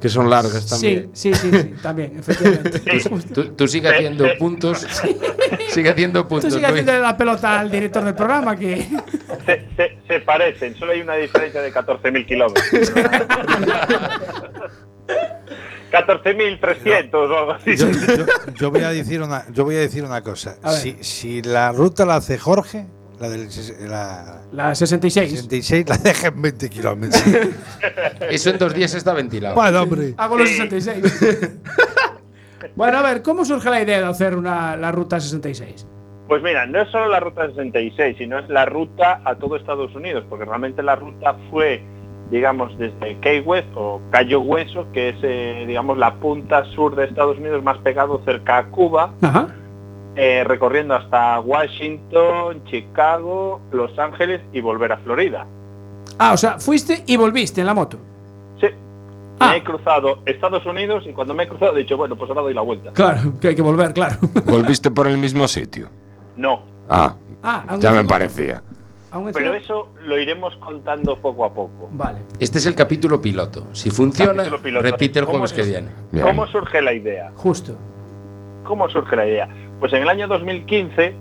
Speaker 9: Que son largas también.
Speaker 2: Sí, sí, sí, sí, también, efectivamente.
Speaker 6: Tú, tú sigue haciendo puntos. Sigue haciendo
Speaker 2: Tú
Speaker 6: puntos.
Speaker 2: sigues
Speaker 6: Luis.
Speaker 2: haciendo la pelota al director del programa que
Speaker 14: Se, se parecen, solo hay una diferencia de 14.000 kilómetros. 14.300 o algo así.
Speaker 4: Yo, yo- yo voy a decir una, yo voy a decir una cosa.
Speaker 14: A ver.
Speaker 4: Si, si la ruta la hace Jorge, la del ses- la,
Speaker 2: la 66.
Speaker 4: 66 la deja en 20 kilómetros.
Speaker 6: Eso en dos días está ventilado.
Speaker 4: Bueno, hombre.
Speaker 2: hago los 66. bueno, a ver, ¿cómo surge la idea de hacer una, la ruta 66?
Speaker 14: Pues mira, no es solo la ruta 66, sino es la ruta a todo Estados Unidos, porque realmente la ruta fue, digamos, desde Key West o Cayo Hueso, que es, eh, digamos, la punta sur de Estados Unidos más pegado cerca a Cuba,
Speaker 2: Ajá.
Speaker 14: eh, recorriendo hasta Washington, Chicago, Los Ángeles y volver a Florida.
Speaker 2: Ah, o sea, fuiste y volviste en la moto.
Speaker 6: Ah.
Speaker 14: Me he cruzado Estados Unidos y cuando me he cruzado he dicho, bueno, pues ahora doy la vuelta.
Speaker 2: Claro, que hay que volver, claro.
Speaker 7: ¿Volviste por el mismo sitio?
Speaker 14: No,
Speaker 7: Ah,
Speaker 2: Ah, aún
Speaker 7: ya me
Speaker 2: encima.
Speaker 7: parecía.
Speaker 14: pero eso lo iremos contando poco a poco.
Speaker 2: Vale.
Speaker 6: Este es el capítulo piloto. Si funciona,
Speaker 14: Capítulo piloto.
Speaker 6: repite el
Speaker 14: ¿Cómo
Speaker 6: jueves que
Speaker 14: es?
Speaker 6: viene.
Speaker 14: ¿Cómo surge la idea?
Speaker 2: Justo.
Speaker 14: ¿Cómo surge la idea? Pues en el año 2015,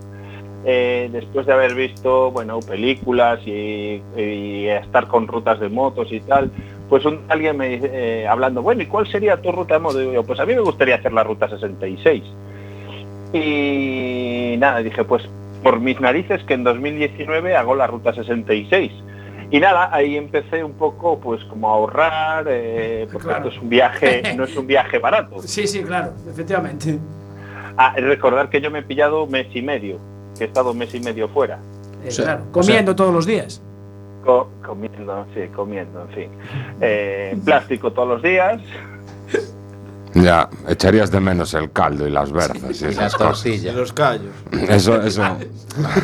Speaker 14: eh, después de haber visto bueno, películas y, y estar con rutas de motos y tal, pues un- alguien me dice, eh, hablando, bueno, ¿y cuál sería tu ruta de moto? Digo, yo, pues a mí me gustaría hacer la ruta 66. Y nada, dije, pues por mis narices que en 2019 hago la ruta 66. Y nada, ahí empecé un poco pues como a ahorrar, eh, porque
Speaker 2: Claro.
Speaker 14: esto es un viaje, no es un viaje barato.
Speaker 2: Sí, sí, claro, efectivamente.
Speaker 14: Ah, recordar que yo me he pillado mes y medio, que he estado mes y medio fuera.
Speaker 2: Eh, claro, comiendo todos los días.
Speaker 14: Co- comiendo, sí, comiendo, en fin. Eh, plástico todos los días.
Speaker 7: Ya, echarías de menos el caldo y las berzas y
Speaker 9: Y
Speaker 7: esas
Speaker 9: las
Speaker 7: cosas.
Speaker 9: tortillas. Y los callos.
Speaker 7: Eso, eso.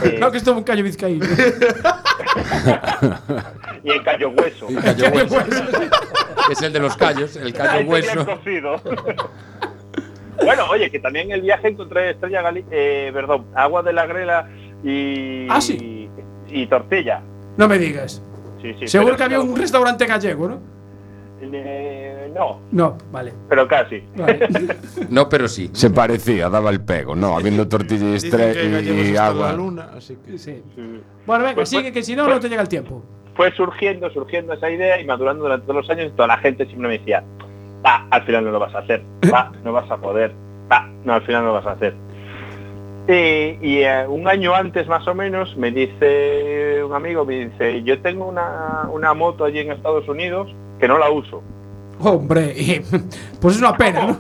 Speaker 14: eh,
Speaker 2: No, que esto es un callo vizcaíno.
Speaker 14: Y el callo hueso.
Speaker 6: Y callo hueso.
Speaker 14: es el de los callos,
Speaker 6: el callo hueso.
Speaker 14: cocido. bueno, oye, que también en el viaje encontré estrella Gali eh, perdón, agua de la grela y
Speaker 2: Ah,
Speaker 14: y tortilla.
Speaker 2: No me digas.
Speaker 14: Sí, sí,
Speaker 2: Seguro
Speaker 14: pero-
Speaker 2: que había un restaurante gallego, ¿no?
Speaker 14: Eh, no,
Speaker 2: No, vale.
Speaker 14: pero casi.
Speaker 7: No, pero sí. Se parecía, daba el pego, ¿no? Habiendo tortilla y,
Speaker 14: Dicen
Speaker 7: estre-
Speaker 14: que
Speaker 7: y-
Speaker 14: gallegos
Speaker 7: y
Speaker 14: hasta la
Speaker 7: agua.
Speaker 14: luna.
Speaker 9: así
Speaker 2: que. Sí. Bueno, venga,
Speaker 14: Pues-
Speaker 2: sigue, que si no, no te llega el tiempo.
Speaker 14: Fue surgiendo, surgiendo esa idea y madurando durante todos los años y toda la gente siempre me decía, va, al final no lo vas a hacer, va, no vas a poder, va, no, al final no lo vas a hacer. Y, y, eh, un año antes más o menos me dice un amigo, me dice, yo tengo una, una moto allí en Estados Unidos que no la uso.
Speaker 2: Hombre, pues es una pena, ¿no?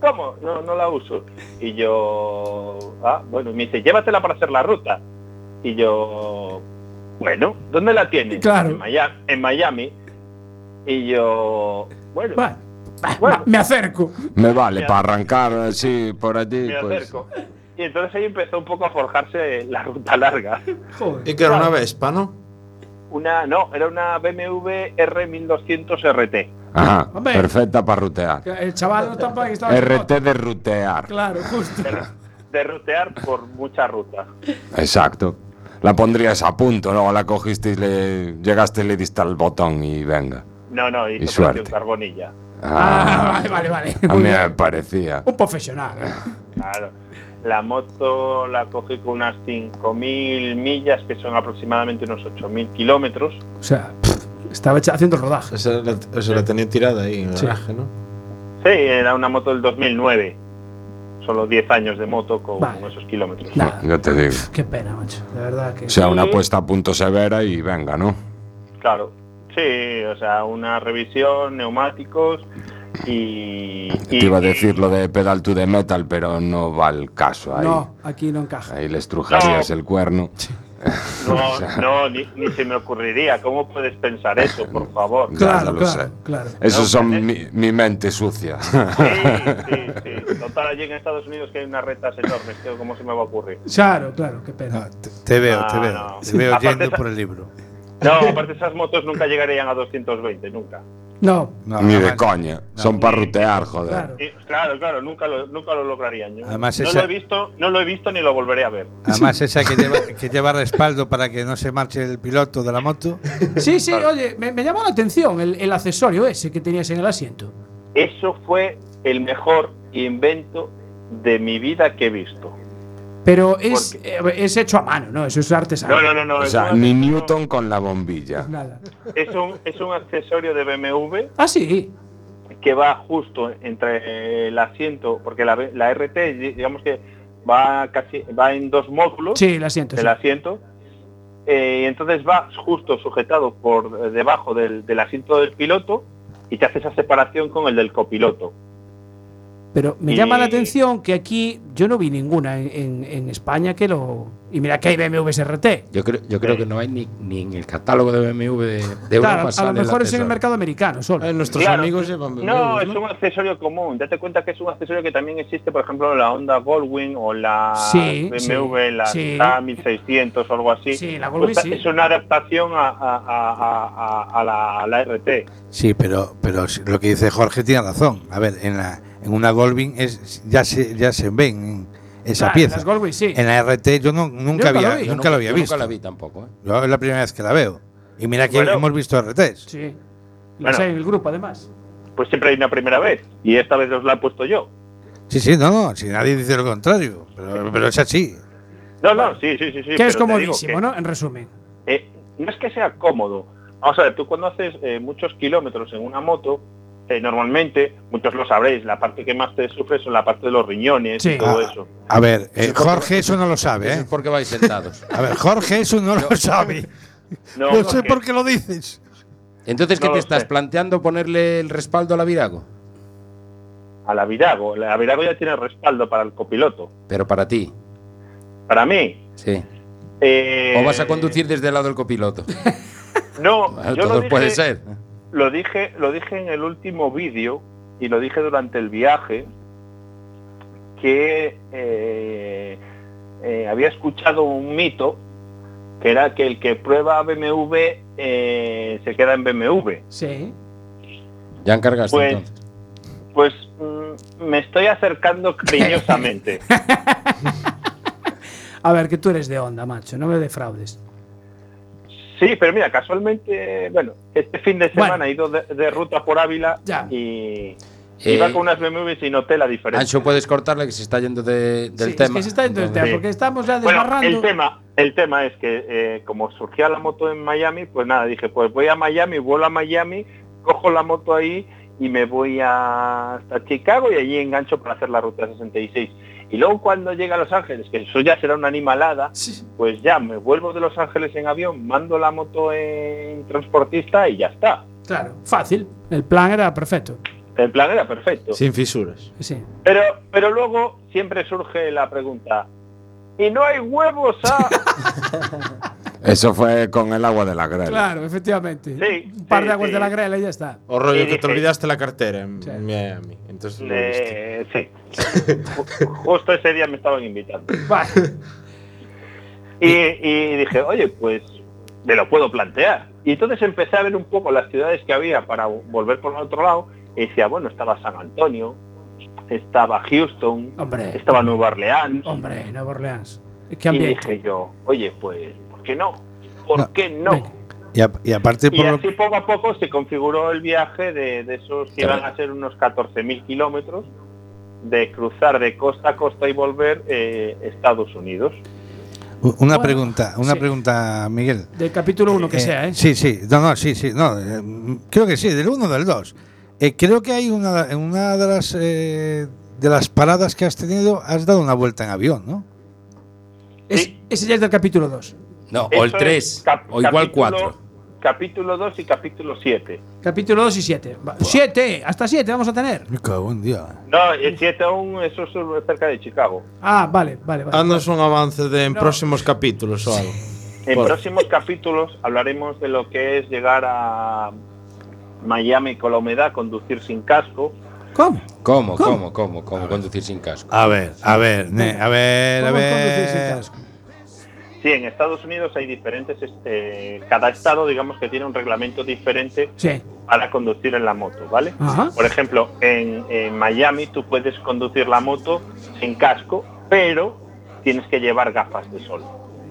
Speaker 14: ¿Cómo? No, no la uso. Y yo, ah, bueno, y me dice, llévatela para hacer la ruta. Y yo, bueno, ¿dónde la tienes?
Speaker 2: Claro.
Speaker 14: En Miami. En Miami. Y yo, bueno,
Speaker 2: Me acerco.
Speaker 7: Me vale, para arrancar así por allí,
Speaker 14: me
Speaker 7: pues.
Speaker 14: acerco. Y entonces ahí empezó un poco a forjarse la ruta larga.
Speaker 9: Y que era una Vespa, ¿no?
Speaker 14: Una, no, era una BMW R1200 RT.
Speaker 7: Ajá,
Speaker 14: Hombre.
Speaker 7: perfecta para rutear.
Speaker 2: El chaval no tampoco estaba.
Speaker 7: RT de rutear.
Speaker 2: Claro, justo.
Speaker 14: De rutear por mucha ruta.
Speaker 7: Exacto. La pondrías a punto, luego la cogisteis, le llegaste, le diste al botón y venga.
Speaker 14: No, no, hizo
Speaker 7: Y suerte.
Speaker 14: presión carbonilla.
Speaker 2: Ah, vale, vale, vale.
Speaker 7: A mí me parecía.
Speaker 2: Un profesional. ¿eh?
Speaker 14: Claro. La moto la cogí con unas 5.000 millas, que son aproximadamente unos 8.000 kilómetros.
Speaker 2: O sea, pff, estaba hecha- haciendo rodaje.
Speaker 9: Esa la, esa la tenía tirada ahí en el
Speaker 2: Sí.
Speaker 9: garaje, ¿no?
Speaker 14: Sí, era una moto del 2009. Solo 10 años de moto con esos kilómetros.
Speaker 7: Yo te digo.
Speaker 2: Qué pena, macho. De verdad que.
Speaker 7: O sea, una puesta a punto severa y venga, ¿no?
Speaker 14: Claro. Sí, o sea, una revisión, neumáticos y...
Speaker 7: Te iba a decir lo de pedal to the metal, pero no va al caso ahí.
Speaker 2: No, aquí no encaja.
Speaker 7: Ahí le estrujarías el cuerno.
Speaker 14: No, no, ni, ni se me ocurriría. ¿Cómo puedes pensar eso, por favor?
Speaker 7: Ya, ya lo sé. Esos son mi, mi mente sucia.
Speaker 14: eh. Sí, sí. Total, allí en Estados Unidos que hay unas retas enormes, tío, ¿cómo se me va a ocurrir?
Speaker 2: Claro, claro, qué pena.
Speaker 4: Te veo, te
Speaker 14: Ah,
Speaker 4: veo.
Speaker 14: no.
Speaker 4: Te veo
Speaker 14: Aparte
Speaker 4: yendo
Speaker 14: esa-
Speaker 4: por el libro.
Speaker 14: No, aparte esas motos nunca llegarían a 220, nunca.
Speaker 2: No.
Speaker 7: Ni de coña. Son para rutear, joder.
Speaker 14: Sí, claro, claro, nunca lo, nunca lo lograrían. Yo
Speaker 4: Además
Speaker 14: no
Speaker 4: esa-
Speaker 14: lo he visto, no lo he visto ni lo volveré a ver.
Speaker 4: Además, esa que lleva, que lleva respaldo para que no se marche el piloto de la moto.
Speaker 2: Sí, sí, oye, me, me llamó la atención el, el accesorio ese que tenías en el asiento.
Speaker 14: Eso fue el mejor invento de mi vida que he visto.
Speaker 2: Pero es, eh, es hecho a mano, ¿no? Eso es artesanal.
Speaker 14: No, no, no, no,
Speaker 7: O
Speaker 14: es
Speaker 7: sea,
Speaker 14: una-
Speaker 7: ni Newton con la bombilla.
Speaker 2: Nada.
Speaker 14: Es un, es un accesorio de BMW
Speaker 2: Ah, sí.
Speaker 14: que va justo entre el asiento, porque la, la RT, digamos que va casi va en dos módulos.
Speaker 2: Sí, el asiento,
Speaker 14: Del
Speaker 2: sí.
Speaker 14: asiento. Eh, y entonces va justo sujetado por eh, debajo del, del asiento del piloto y te hace esa separación con el del copiloto.
Speaker 2: Pero me
Speaker 14: Y-
Speaker 2: llama la atención que aquí yo no vi ninguna en, en- en España que lo. Y mira que hay BMWs RT.
Speaker 6: Yo creo, yo creo que no hay ni, ni en el catálogo de BMW de, de
Speaker 2: Claro,
Speaker 6: Europa.
Speaker 2: a lo
Speaker 6: sale
Speaker 2: mejor es en el
Speaker 6: accesorio.
Speaker 2: mercado americano solo.
Speaker 9: Eh, nuestros
Speaker 14: Claro.
Speaker 9: amigos llevan
Speaker 14: No,
Speaker 9: BMWs,
Speaker 14: es un accesorio común. Date cuenta que es un accesorio que también existe, por ejemplo, en la Honda Goldwing o la
Speaker 2: Sí,
Speaker 14: BMW,
Speaker 2: sí,
Speaker 14: la
Speaker 2: sí.
Speaker 14: K 1600 o algo así. Pues
Speaker 2: Sí, la Goldwing, sí.
Speaker 14: Es una adaptación a, a- a- a- a la, a la RT.
Speaker 4: Sí, pero, pero si- lo que dice Jorge tiene razón. A ver, en, la, en una Goldwing es, ya, se, ya se ven esa
Speaker 2: Ah, en
Speaker 4: pieza.
Speaker 2: las Goldwing, sí.
Speaker 4: En la RT yo no- nunca,
Speaker 2: Yo nunca lo
Speaker 4: había,
Speaker 2: vi.
Speaker 4: nunca,
Speaker 2: Yo
Speaker 4: lo había
Speaker 6: Yo
Speaker 4: visto.
Speaker 6: nunca la vi tampoco. ¿eh?
Speaker 4: Yo es la primera vez que la veo. Y mira que hemos visto RTs.
Speaker 2: Sí. Las
Speaker 14: Bueno.
Speaker 2: hay en el grupo, además.
Speaker 14: Pues siempre hay una primera vez. Y esta vez os la he puesto yo.
Speaker 4: Sí, sí, no, no, si nadie dice lo contrario. Pero, pero es así.
Speaker 14: No, no, sí, sí, sí. sí
Speaker 2: que
Speaker 14: pero
Speaker 2: es
Speaker 14: te digo
Speaker 2: comodísimo,
Speaker 14: que-
Speaker 2: ¿no? En resumen.
Speaker 14: Eh, no es que sea cómodo. Vamos a ver, tú cuando haces eh, muchos kilómetros en una moto, eh, normalmente, muchos lo sabréis, la parte que más te sufre son la parte de los riñones y todo
Speaker 4: Ah,
Speaker 14: eso.
Speaker 4: A ver, eh, Jorge eso no lo sabe. ¿eh?
Speaker 6: Porque vais sentados.
Speaker 4: A ver, Jorge eso no lo sabe. No, sé por qué lo dices.
Speaker 6: Entonces, ¿qué
Speaker 14: No
Speaker 6: te
Speaker 14: lo
Speaker 6: estás
Speaker 14: sé.
Speaker 6: planteando ponerle el respaldo a la Virago?
Speaker 14: A la Virago, la Virago ya tiene respaldo para el copiloto.
Speaker 6: Pero para ti.
Speaker 14: Para mí.
Speaker 6: Sí.
Speaker 14: eh,
Speaker 6: ¿O vas a conducir desde el lado del copiloto?
Speaker 14: No,
Speaker 6: Bueno,
Speaker 14: yo lo
Speaker 6: todo
Speaker 14: dije,
Speaker 6: puede ser.
Speaker 14: Lo dije, lo dije en el último vídeo y lo dije durante el viaje, que eh, eh, había escuchado un mito que era que el que prueba BMW eh, se queda en BMW.
Speaker 2: Sí.
Speaker 7: Ya encargaste
Speaker 14: Pues-
Speaker 7: entonces.
Speaker 14: Pues mm, me estoy acercando cariñosamente.
Speaker 2: A ver, que tú eres de onda, macho, no me defraudes.
Speaker 14: Sí, pero mira, casualmente, bueno, este fin de semana he ido de, de ruta por Ávila y
Speaker 7: Eh,
Speaker 14: iba con unas BMWs y noté la diferencia.
Speaker 7: Ancho, puedes cortarle que se está yendo de- del
Speaker 14: Sí,
Speaker 7: tema.
Speaker 14: es que se está yendo del tema,
Speaker 7: Sí.
Speaker 2: Porque estamos ya
Speaker 14: Bueno,
Speaker 2: desbarrando.
Speaker 14: el tema, el tema es que eh, como surgía la moto en Miami, pues nada, dije, pues voy a Miami, vuelo a Miami, cojo la moto ahí y me voy a- hasta Chicago y allí engancho para hacer la ruta 66. Y luego cuando llega a Los Ángeles, que eso ya será una animalada, pues ya me vuelvo de Los Ángeles en avión, mando la moto en transportista y ya está.
Speaker 2: Claro, fácil. El plan era perfecto.
Speaker 14: El plan era perfecto.
Speaker 9: Sin fisuras.
Speaker 2: Sí.
Speaker 14: Pero, pero luego siempre surge la pregunta, ¿y no hay huevos? ah?".
Speaker 7: Eso fue con el agua de la grela.
Speaker 2: Claro, efectivamente.
Speaker 14: Sí,
Speaker 2: Un par
Speaker 14: sí,
Speaker 2: de aguas
Speaker 14: sí.
Speaker 2: de la grela y ya está.
Speaker 9: O rollo
Speaker 14: Y
Speaker 9: que te
Speaker 14: dije-
Speaker 9: olvidaste la cartera en Miami. Entonces lo viste.
Speaker 14: Eh, sí. Ju- Justo ese día me estaban invitando. Y, y dije, oye, pues me lo puedo plantear. Y entonces empecé a ver un poco las ciudades que había para vo- volver por el otro lado. Y decía, bueno, estaba San Antonio, estaba Houston,
Speaker 2: Hombre.
Speaker 14: estaba Nueva Orleans.
Speaker 2: Hombre, Eh, Nueva Orleans. Qué
Speaker 14: Y
Speaker 2: ambiente.
Speaker 14: dije yo, oye, pues, ¿por qué no? ¿Por qué no?
Speaker 4: Y, a- y aparte,
Speaker 14: Y
Speaker 4: por lo-
Speaker 14: así poco a poco se configuró el viaje de, de esos que iban a ser unos 14.000 kilómetros de cruzar de costa a costa y volver eh, Estados Unidos.
Speaker 4: u- una pregunta, una
Speaker 2: sí.
Speaker 4: pregunta, Miguel.
Speaker 2: Del capítulo 1 que
Speaker 4: Eh,
Speaker 2: sea, ¿eh?
Speaker 4: Sí, sí, no, no, sí, sí, no, eh, mm, creo que sí, del 1 o del 2. creo que hay una, en una de las eh, de las paradas que has tenido, has dado una vuelta en avión, ¿no?
Speaker 2: Es- ese ya es del capítulo 2.
Speaker 7: No,
Speaker 14: Eso
Speaker 7: o el
Speaker 14: es
Speaker 7: 3,
Speaker 14: cap-
Speaker 7: o igual
Speaker 14: capítulo-
Speaker 7: 4.
Speaker 14: Capítulo 2 y capítulo 7.
Speaker 2: Capítulo 2 y 7. 7, hasta 7 vamos a tener.
Speaker 4: Me cago en día.
Speaker 14: No, el 7 aún, eso es cerca de Chicago.
Speaker 2: Ah, vale, vale, vale.
Speaker 9: Haznos un avance de en
Speaker 14: No.
Speaker 9: próximos capítulos o algo.
Speaker 14: En
Speaker 9: Por-
Speaker 14: próximos capítulos hablaremos de lo que es llegar a Miami con la humedad, conducir sin casco.
Speaker 2: ¿Cómo?
Speaker 7: ¿Cómo, cómo, cómo, cómo conducir sin casco?
Speaker 4: A ver, a ver, ne- a ver, a
Speaker 14: ¿Cómo
Speaker 4: ver.
Speaker 14: Sí, en Estados Unidos hay diferentes, este, cada estado digamos que tiene un reglamento diferente
Speaker 2: Sí.
Speaker 14: para conducir en la moto, ¿vale?
Speaker 2: Ajá.
Speaker 14: Por ejemplo, en, en Miami tú puedes conducir la moto sin casco, pero tienes que llevar gafas de sol.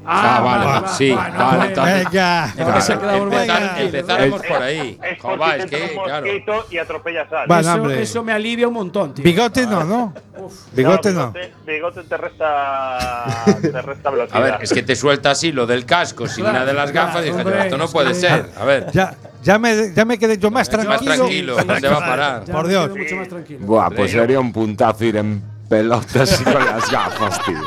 Speaker 7: Ah, vale, sí, vale, entonces-
Speaker 6: Ah,
Speaker 4: venga.
Speaker 7: Entonces,
Speaker 14: Venga.
Speaker 7: Em- empezar- empezáramos
Speaker 14: Es-
Speaker 7: por ahí.
Speaker 14: es por
Speaker 7: Jova,
Speaker 14: si
Speaker 7: es
Speaker 14: te entra
Speaker 7: que,
Speaker 14: un
Speaker 7: claro.
Speaker 14: mosquito y atropellas a alguien.
Speaker 4: Vale,
Speaker 2: eso,
Speaker 4: hombre.
Speaker 2: eso me alivia un montón, tío.
Speaker 4: Bigote no, ¿no? Bigote no.
Speaker 14: Bigote, bigote te resta, te resta velocidad.
Speaker 7: A ver, es que te suelta así lo del casco sin
Speaker 14: Claro,
Speaker 7: una de las
Speaker 14: claro,
Speaker 7: gafas y dices,
Speaker 14: hombre,
Speaker 7: esto no puede ser. A ver,
Speaker 4: Ya, ya, me, ya me quedé yo más tranquilo.
Speaker 7: más tranquilo, ¿dónde va a parar?
Speaker 4: Por Dios.
Speaker 7: Buah, pues sería un puntazo ir en pelotas y con las gafas, tío.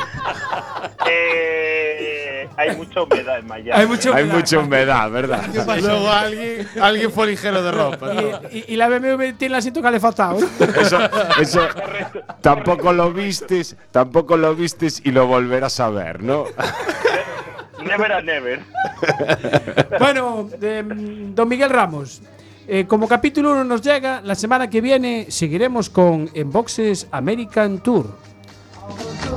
Speaker 14: Eh, hay mucha humedad en Miami.
Speaker 7: Hay mucha humedad, ¿verdad?
Speaker 9: Luego alguien, alguien fue ligero de ropa.
Speaker 2: Y, y la BMW tiene el asiento calefactado.
Speaker 7: Eso, eso tampoco lo vistes, tampoco lo vistes y lo volverás a ver, ¿no?
Speaker 14: Never and never.
Speaker 2: bueno, eh, don Miguel Ramos, eh, como capítulo 1 nos llega, la semana que viene seguiremos con En Boxes American Tour.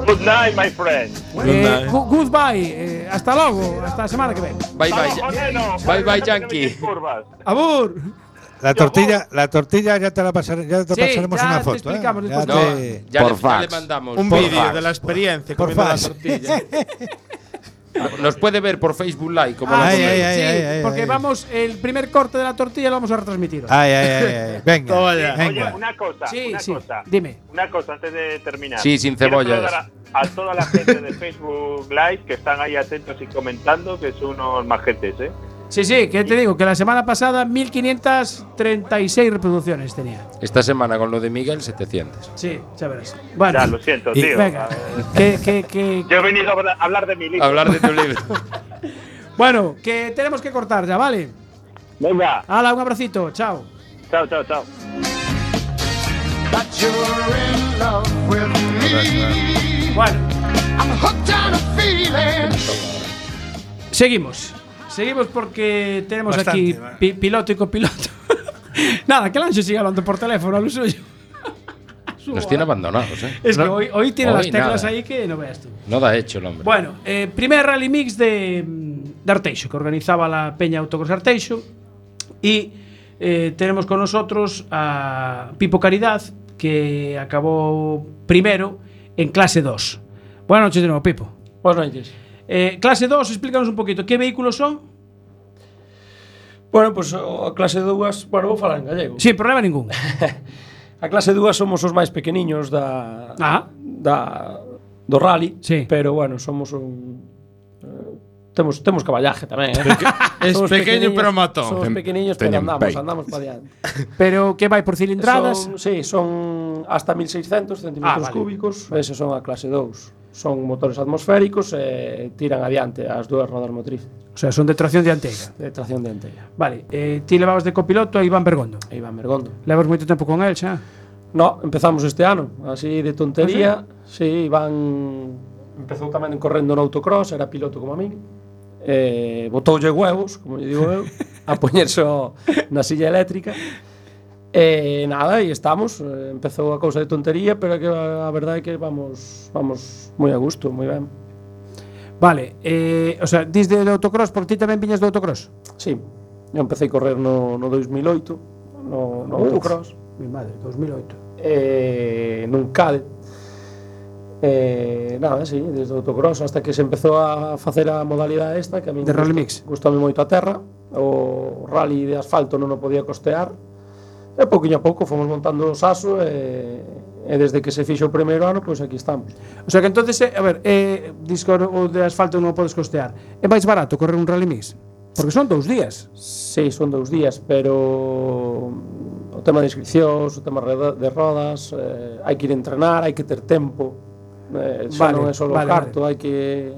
Speaker 14: Good night, my friend.
Speaker 2: Eh, gu- goodbye, eh, hasta luego, hasta la semana que viene.
Speaker 7: Bye bye.
Speaker 14: Vamos, neno,
Speaker 7: Bye bye,
Speaker 14: no te
Speaker 7: Yankee.
Speaker 14: curvas.
Speaker 2: Abur.
Speaker 4: La tortilla, la tortilla ya te la pasare- ya te
Speaker 2: Sí,
Speaker 4: pasaremos
Speaker 2: ya
Speaker 4: una
Speaker 2: te
Speaker 4: foto.
Speaker 2: explicamos
Speaker 4: ¿eh?
Speaker 2: después.
Speaker 4: Ya
Speaker 2: No,
Speaker 4: te-
Speaker 7: ya Por le- ya fax. le mandamos.
Speaker 9: Un
Speaker 7: Por
Speaker 9: vídeo
Speaker 7: fax.
Speaker 9: de la experiencia
Speaker 4: Por
Speaker 9: comiendo la
Speaker 4: fax.
Speaker 9: tortilla.
Speaker 7: Nos puede ver por Facebook Live como
Speaker 4: Ay,
Speaker 7: lo comemos.
Speaker 4: ay, ay,
Speaker 2: Sí,
Speaker 4: ay, ay,
Speaker 2: porque
Speaker 4: ay.
Speaker 2: vamos, el primer corte de la tortilla lo vamos a retransmitir.
Speaker 4: Ay, ay, ay, ay. Venga,
Speaker 2: Toma
Speaker 14: Eh,
Speaker 2: ya.
Speaker 14: Oye,
Speaker 4: venga.
Speaker 14: una cosa, una cosa.
Speaker 2: Dime.
Speaker 14: Una cosa antes de terminar.
Speaker 7: Sí, sin
Speaker 14: Quiero
Speaker 7: cebollas.
Speaker 14: saludar A, a toda la gente de Facebook Live que están ahí atentos y comentando, que son unos majetes, ¿eh?
Speaker 2: Sí, sí, que te digo, que la semana pasada 1536 reproducciones tenía.
Speaker 7: Esta semana con lo de Miguel 700.
Speaker 2: Sí, ya verás. Bueno.
Speaker 14: Ya, lo siento,
Speaker 7: Y-
Speaker 14: tío.
Speaker 2: Venga. Que, que, que-
Speaker 14: Yo he venido a hablar- a hablar de mi libro.
Speaker 7: Hablar de tu libro.
Speaker 2: Bueno, que tenemos que cortar ya, ¿vale?
Speaker 14: Venga.
Speaker 2: Hala, un abracito, chao.
Speaker 14: Chao, chao, chao.
Speaker 15: that you're in love with me.
Speaker 2: What?
Speaker 15: I'm hooked on a feeling.
Speaker 2: Seguimos. Seguimos porque tenemos
Speaker 15: Bastante,
Speaker 2: aquí
Speaker 15: va.
Speaker 2: pi- piloto y copiloto. Nada, que Lancho siga hablando por teléfono, a lo suyo.
Speaker 7: Nos tiene abandonados, ¿eh?
Speaker 2: Es que hoy, hoy tiene
Speaker 7: Hoy
Speaker 2: las teclas
Speaker 7: nada.
Speaker 2: ahí que no veas tú.
Speaker 7: No da hecho el hombre.
Speaker 2: Bueno, eh, primer rally mix de, mm, de Arteixo, que organizaba la Peña Autocross Arteixo. Y eh, tenemos con nosotros a Pipo Caridad, que acabó primero en clase 2. Buenas noches de nuevo, Pipo.
Speaker 5: Buenas noches.
Speaker 2: Eh, clase 2, explícanos un poquito, ¿qué vehículos son?
Speaker 5: Bueno, pois o- a clase 2, bueno, vou falar en gallego.
Speaker 2: Sin problema ningún.
Speaker 5: A clase 2 somos os máis pequeniños da da do rally,
Speaker 2: Ah. sí.
Speaker 5: pero bueno, somos un eh, temos temos caballaje tamén, eh.
Speaker 3: es
Speaker 5: Somos
Speaker 3: pequeño
Speaker 5: pequeniños-
Speaker 3: pero matón.
Speaker 5: Somos
Speaker 3: Ten-
Speaker 5: pequeniños pero
Speaker 3: teñen
Speaker 5: andamos,
Speaker 3: peito.
Speaker 5: andamos para diante.
Speaker 2: Pero que vai por cilindradas?
Speaker 5: Son, sí, son hasta 1600 centímetros
Speaker 2: Ah, vale.
Speaker 5: cúbicos, eses son a clase 2. Son motores atmosféricos e tiran adiante as dúas rodas motriz
Speaker 2: O sea, son de tracción dianteira.
Speaker 5: de tracción dianteira.
Speaker 2: Vale, eh, ti levabas de copiloto a Iván Bergondo.
Speaker 5: A Iván Bergondo.
Speaker 2: Levas moito tempo con el xa?
Speaker 5: No, empezamos este ano, así de tontería. ¿Ah, Sí, Iván empezou tamén correndo no autocross, era piloto como a min. Eh, botoulle huevos, como lle digo eu, a poñerse o- na silla eléctrica. E eh, nada, aí estamos, eh, empezou a cousa de tontería, pero é que a verdade é que vamos vamos moi a gusto, moi ben.
Speaker 2: Vale, eh, o sea, dis de autocross, porque ti tamén viñas do autocross?
Speaker 5: Sí, eu empecé a correr no, no 2008, no, no
Speaker 2: Uf.
Speaker 5: autocross.
Speaker 2: Mi madre, 2008.
Speaker 5: eh, nun cal Eh, nada, sí, desde o autocross hasta que se empezou a facer a modalidade esta que a mí
Speaker 2: De rally
Speaker 5: mix. gustame moito a terra o rally de asfalto non o podía costear e pouquinho a pouco fomos montando o saso e, e desde que se fixo o primeiro ano pois aquí estamos
Speaker 2: O sea, que entonces, eh, a ver, eh, dis que o de asfalto non o podes costear. É máis barato correr un rally mix? Porque son dous días.
Speaker 5: Sí, son dous días, pero o tema de inscripcións, o tema reda- de rodas, eh, hai que ir entrenar, hai que ter tempo. Eh, xa
Speaker 2: Vale,
Speaker 5: non é só o
Speaker 2: vale,
Speaker 5: carto, hai que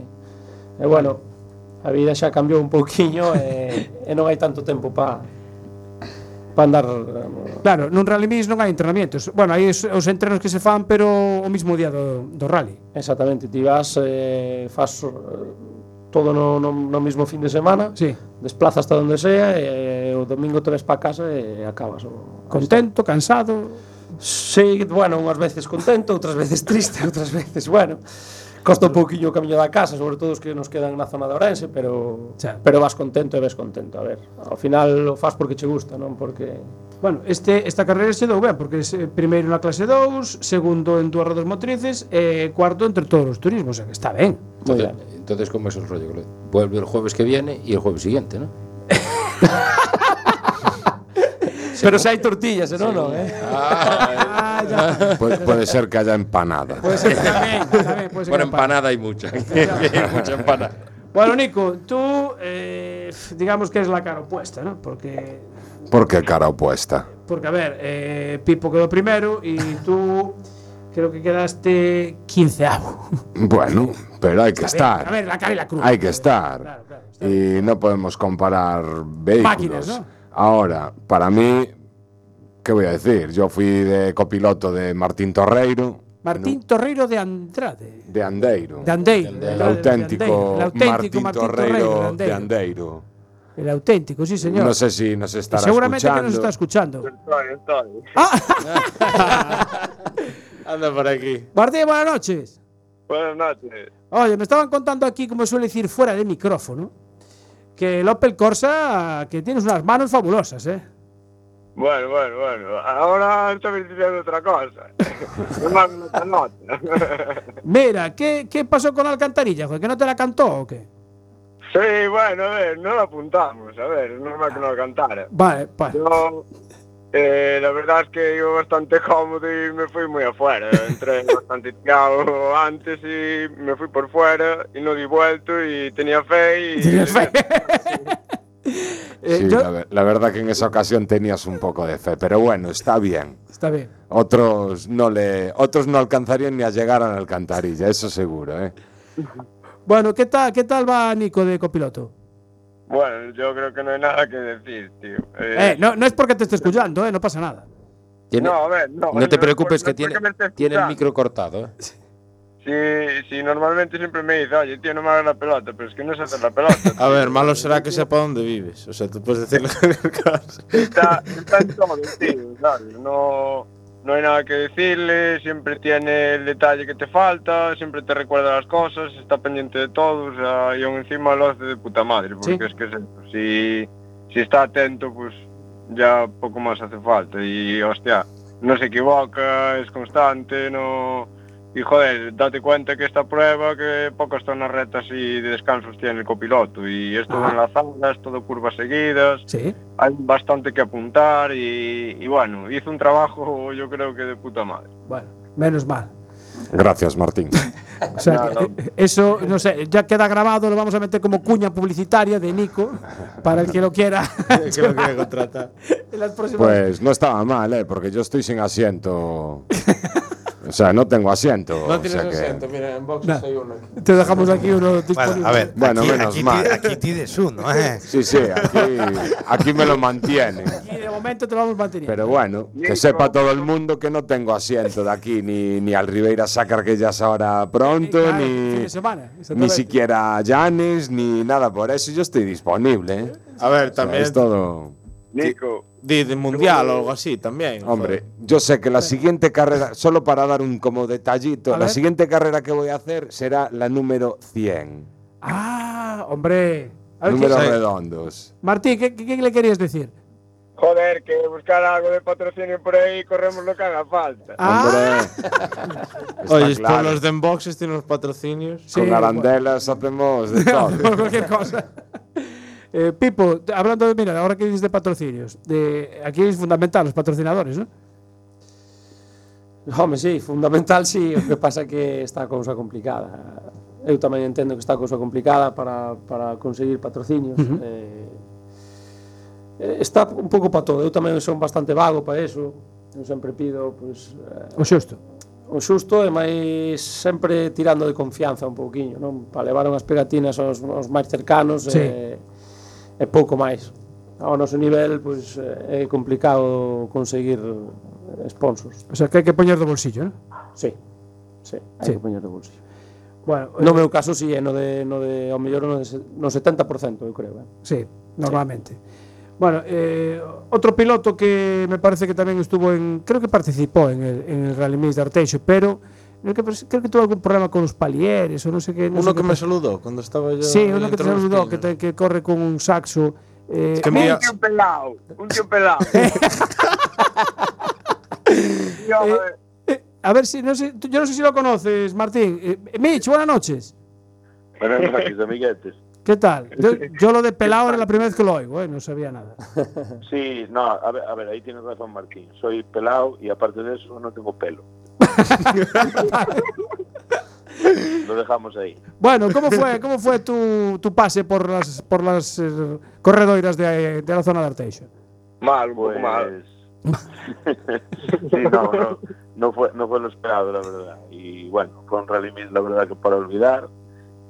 Speaker 5: E bueno, a vida xa cambiou un pouquiño e, e non hai tanto tempo pa pa andar eh,
Speaker 2: Claro, nun rally mix non hai entrenamientos. Bueno, hai os, os entrenos que se fan, pero o mismo día do, do rally.
Speaker 5: Exactamente, ti vas eh, fas eh, todo no, no, no mismo fin de semana,
Speaker 2: sí.
Speaker 5: desplaza hasta donde sea e o domingo te ves pa casa e acabas o,
Speaker 2: Contento, cansado...
Speaker 5: Sí, bueno, unhas veces contento, outras veces triste, outras veces, bueno, costa un pouquiño o camiño da casa, sobre todo os que nos quedan na zona de Ourense, pero
Speaker 2: Xa.
Speaker 5: pero vas contento e ves contento, a ver. Ao final o fas porque che gusta, non porque
Speaker 2: Bueno, este esta carreira se dou ben porque se, primeiro na clase 2, segundo en dúas rodas motrices e cuarto entre todos os turismos, o sea que está ben.
Speaker 7: Entonces, entonces, ¿cómo es el rollo? Vuelve el jueves que viene y el jueves siguiente, ¿no?
Speaker 5: Pero se hai tortillas, e non, non, eh.
Speaker 7: Pues puede ser que haya empanada.
Speaker 2: Puede ser tamén, tamén puede ser
Speaker 7: Bueno,
Speaker 2: que no pare.
Speaker 7: empanada hay mucha. Hay mucha empanada.
Speaker 2: Bueno, Nico, tú eh, digamos que es la cara opuesta, ¿no? Porque
Speaker 7: ¿Por qué cara opuesta?
Speaker 2: porque a ver, eh, Pipo quedó primero y tú creo que quedaste quinceavo.
Speaker 7: Bueno, pero hay que
Speaker 2: Está
Speaker 7: estar.
Speaker 2: bien, a ver, la cara y la cruz.
Speaker 7: Hay que estar. y no podemos comparar vehículos.
Speaker 2: Máquinas, ¿no?
Speaker 7: Ahora, para mí, ¿qué voy a decir? Yo fui de copiloto de Martín Torreiro,
Speaker 2: Martín Torreiro de Andrade,
Speaker 7: de Andeiro.
Speaker 2: de Andeiro,
Speaker 7: El
Speaker 2: de Andeiro,
Speaker 7: auténtico,
Speaker 2: el auténtico
Speaker 7: Martín,
Speaker 2: Martín
Speaker 7: Torreiro,
Speaker 2: Torreiro de
Speaker 7: de
Speaker 2: Andeiro.
Speaker 7: Andeiro.
Speaker 2: el auténtico, sí señor.
Speaker 7: No sé si nos estará
Speaker 2: Seguramente que nos está
Speaker 7: escuchando.
Speaker 2: escuchando.
Speaker 14: Estoy, estoy.
Speaker 2: Ah.
Speaker 9: Anda por aquí.
Speaker 2: Martín, buenas noches.
Speaker 14: Buenas noches.
Speaker 2: Oye, me estaban contando aquí, como suele decir, fuera de micrófono, que el Opel Corsa, que tienes unas manos fabulosas, ¿eh?
Speaker 14: Bueno, bueno, bueno. Ahora estoy diciendo otra cosa. Una nota, nota.
Speaker 2: Mira, ¿qué, qué pasó con la alcantarilla? joder? ¿Que no te la cantó o qué?
Speaker 14: Sí, bueno, a ver, no lo apuntamos, a ver, es normal que no lo cantara.
Speaker 2: Vale, vale.
Speaker 14: Yo, eh, la verdad es que iba bastante cómodo y me fui muy afuera. Entré bastante tirado antes y me fui por fuera y no di vuelto y tenía fe y...
Speaker 2: Eh,
Speaker 7: Sí, la, ver- la verdad que en esa ocasión tenías un poco de fe, pero bueno, está bien.
Speaker 2: Está bien.
Speaker 7: Otros no le, otros no alcanzarían ni a llegar a la alcantarilla, eso seguro, ¿eh?
Speaker 2: Bueno, ¿qué tal, qué tal va Nico de copiloto?
Speaker 14: Bueno, yo creo que no hay nada que decir, tío.
Speaker 2: Eh, no, no es porque te esté escuchando, ¿eh? No pasa nada.
Speaker 7: Tiene-
Speaker 14: No, a ver, no.
Speaker 7: no te
Speaker 14: es
Speaker 7: preocupes,
Speaker 14: por-
Speaker 7: que tiene-
Speaker 14: no es porque me esté
Speaker 7: tiene el
Speaker 14: escuchando.
Speaker 7: micro cortado, ¿eh?
Speaker 14: Sí, sí, normalmente siempre me dice, oye, tío, no me hagas la pelota, pero es que no se hace la pelota.
Speaker 9: A ver, malo será que sepa dónde vives. O sea, tú puedes decirle que
Speaker 14: Está, está en todo, tío, ¿sabes? No, no hay nada que decirle, siempre tiene el detalle que te falta, siempre te recuerda las cosas, está pendiente de todo, o sea, y aún encima lo hace de puta madre, porque es que es eso, si, si está atento, pues ya poco más hace falta, y hostia, no se equivoca, es constante, no... Y joder, date cuenta que esta prueba, que pocas zonas rectas y de descansos tiene el copiloto, y es todo en las aulas, todo curvas seguidas, hay bastante que apuntar, y, y bueno, hizo un trabajo yo creo que de puta madre.
Speaker 2: Bueno, menos mal.
Speaker 7: Gracias, Martín.
Speaker 2: O sea, que- eso, no sé, ya queda grabado, lo vamos a meter como cuña publicitaria de Nico, para el que lo quiera.
Speaker 9: que lo quiera contratar.
Speaker 2: En las próximas-
Speaker 7: Pues no estaba mal, ¿eh? Porque yo estoy sin asiento. O sea, no tengo asiento.
Speaker 9: No
Speaker 7: o
Speaker 9: tienes
Speaker 7: sea que-
Speaker 9: asiento, mira, en boxes hay uno. aquí.
Speaker 2: Te dejamos aquí uno
Speaker 7: Bueno, a ver, bueno, menos mal.
Speaker 4: tienes uno,
Speaker 2: ¿eh?
Speaker 7: Sí, sí, aquí, aquí me lo mantienen.
Speaker 2: Y de momento te vamos manteniendo.
Speaker 7: Pero bueno, que sepa todo el mundo que no tengo asiento de aquí, ni, ni al Ribeira Sacar que ya es ahora pronto,
Speaker 2: Claro, este fin
Speaker 7: ni,
Speaker 2: de semana,
Speaker 7: ni
Speaker 2: exactamente.
Speaker 7: siquiera a Janis, ni nada por eso. Yo estoy disponible. ¿eh?
Speaker 9: A ver, también-
Speaker 7: es todo.
Speaker 9: Nico. De, de mundial o algo así también.
Speaker 7: Hombre, yo sé que la siguiente carrera, solo para dar un como detallito,
Speaker 9: A
Speaker 7: la
Speaker 9: ver.
Speaker 7: siguiente carrera que voy a hacer será la número 100.
Speaker 2: Ah, hombre. A ver,
Speaker 7: Números
Speaker 2: ¿qué-
Speaker 7: redondos.
Speaker 2: Martín, ¿qué, qué- qué le querías decir?
Speaker 14: Joder, que buscar algo de patrocinio por ahí y corremos lo que haga falta.
Speaker 7: Está
Speaker 9: Oye, por
Speaker 7: claro.
Speaker 9: los de Enboxes tienen los patrocinios.
Speaker 7: Con arandelas hacemos de todo.
Speaker 2: cualquier cosa. Eh, Pipo, te- hablando de, mira, ahora que dices de patrocinios, de, aquí es fundamental los patrocinadores, ¿no?
Speaker 5: Home, sí, fundamental sí, o que pasa que está a cousa complicada. Eu tamén entendo que está a cousa complicada para, para conseguir patrocinios. Uh
Speaker 2: Ujú.
Speaker 5: -huh. eh, eh, está un pouco para todo, eu tamén son bastante vago para eso. Eu sempre pido, pois, eh,
Speaker 2: O xusto.
Speaker 5: o xusto e máis sempre tirando de confianza un pouquiño, non? Para levar unhas pegatinas aos, aos máis cercanos
Speaker 2: Sí.
Speaker 5: e, e pouco máis. Ao noso nivel, pois, eh, é complicado conseguir eh, sponsors.
Speaker 2: O sea, que hai que poñer do bolsillo, ¿no?
Speaker 5: Sí. Sí, hai
Speaker 2: Sí.
Speaker 5: que poñer do bolsillo.
Speaker 2: Bueno,
Speaker 5: No meu caso si sí, é no de no de ao mellor no, de, se- no 70%, eu creo, eh.
Speaker 2: Sí, normalmente. Bueno, eh, otro piloto que me parece que también estuvo en, creo que participó en el, en el Rally Mix de Arteixo, pero creo que, creo que tuvo algún problema con los palieres o no sé qué. no sé
Speaker 9: Uno
Speaker 2: qué
Speaker 9: que me
Speaker 2: pasó.
Speaker 9: saludó cuando estaba yo.
Speaker 2: Sí,
Speaker 9: ahí
Speaker 2: uno que te
Speaker 9: entre los
Speaker 2: saludó, que,
Speaker 9: pinos.
Speaker 2: te- que corre con un saxo. eh,
Speaker 9: que me- Un tío
Speaker 14: pelado, un tío pelado.
Speaker 2: eh, a ver si, no sé, tú- yo no sé si lo conoces, Martín. Eh, Mitch, buenas noches.
Speaker 16: Buenas noches, amiguetes.
Speaker 2: ¿Qué tal? Yo, yo lo de pelado era la primera vez que lo oigo, eh, no sabía nada.
Speaker 16: Sí, no, a ver, a ver, ahí tienes razón, Martín. Soy pelado y aparte de eso no tengo pelo. Lo dejamos ahí.
Speaker 2: Bueno, ¿cómo fue, cómo fue tu, tu pase por las, por las eh, corredoiras de, de la zona de Arteixo?
Speaker 16: Mal, un
Speaker 2: Pues,
Speaker 16: poco mal. sí, no, no, no fue, no fue lo esperado, la verdad. Y bueno, fue un rally mix, la verdad, que para olvidar.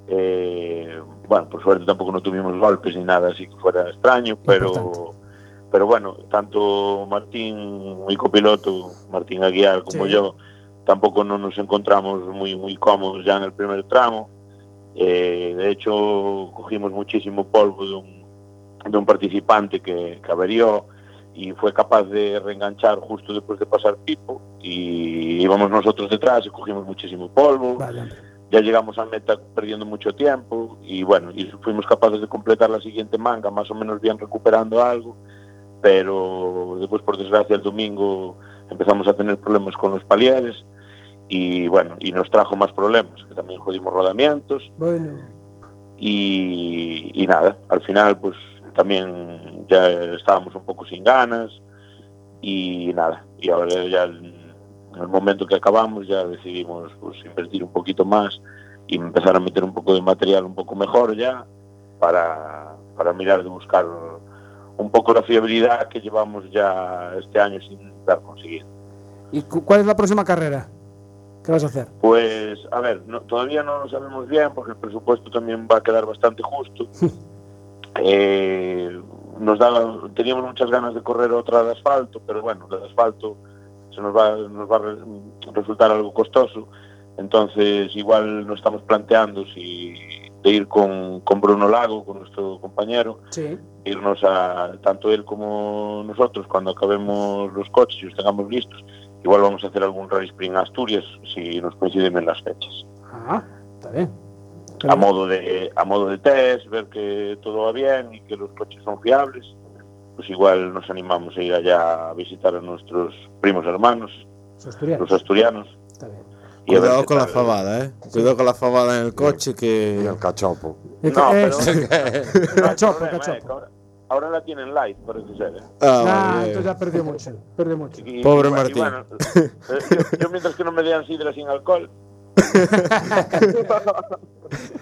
Speaker 16: Eh, bueno, por suerte tampoco no tuvimos golpes ni nada así que fuera extraño, pero, pero bueno, tanto Martín, mi copiloto, Martín Aguiar, como yo, tampoco no nos encontramos muy, muy cómodos ya en el primer tramo. Eh, de hecho, cogimos muchísimo polvo de un, de un participante que, que averió y fue capaz de reenganchar justo después de pasar Pipo y íbamos nosotros detrás y cogimos muchísimo polvo. Ya llegamos a meta perdiendo mucho tiempo y bueno, y fuimos capaces de completar la siguiente manga, más o menos bien recuperando algo, pero después por desgracia el domingo empezamos a tener problemas con los palieres y bueno, y nos trajo más problemas, que también jodimos rodamientos
Speaker 2: Bueno.
Speaker 16: y, y nada, al final pues también ya estábamos un poco sin ganas y nada, y ahora ya en en el momento que acabamos ya decidimos pues invertir un poquito más y empezar a meter un poco de material un poco mejor ya para, para mirar de buscar un poco la fiabilidad que llevamos ya este año sin estar consiguiendo.
Speaker 2: ¿Y cu- cuál es la próxima carrera? ¿Qué vas a hacer?
Speaker 16: Pues, a ver, no- todavía no lo sabemos bien porque el presupuesto también va a quedar bastante justo. Eh, nos da, teníamos muchas ganas de correr otra de asfalto, pero bueno, la de asfalto se nos va, nos va a re- resultar algo costoso. Entonces, igual nos estamos planteando si de ir con, con Bruno Lago, con nuestro compañero,
Speaker 2: Sí.
Speaker 16: irnos a tanto él como nosotros cuando acabemos los coches y los tengamos listos Igual vamos a hacer algún rally sprint en Asturias si nos coinciden en las fechas.
Speaker 5: Ah, está bien.
Speaker 16: A modo de a modo de test, ver que todo va bien y que los coches son fiables. Pues igual nos animamos a ir allá a visitar a nuestros primos hermanos,
Speaker 5: Los asturianos.
Speaker 16: los asturianos. Y a ver
Speaker 9: Cuidado
Speaker 16: qué
Speaker 9: con la
Speaker 16: tal.
Speaker 9: fabada, ¿eh? Cuidado con la fabada en el coche que... Y el cachopo.
Speaker 16: No,
Speaker 2: eh,
Speaker 16: pero-
Speaker 5: Cachopo,
Speaker 16: problema, eh, que ahora, ahora la tienen light, parece ser. eh.
Speaker 9: Ah,
Speaker 5: Ah, entonces ya perdió mucho. Perdió mucho.
Speaker 16: Y-
Speaker 9: Pobre
Speaker 16: y bueno,
Speaker 9: Martín.
Speaker 16: y bueno, eh, yo, yo mientras que no me dean sidra sin alcohol.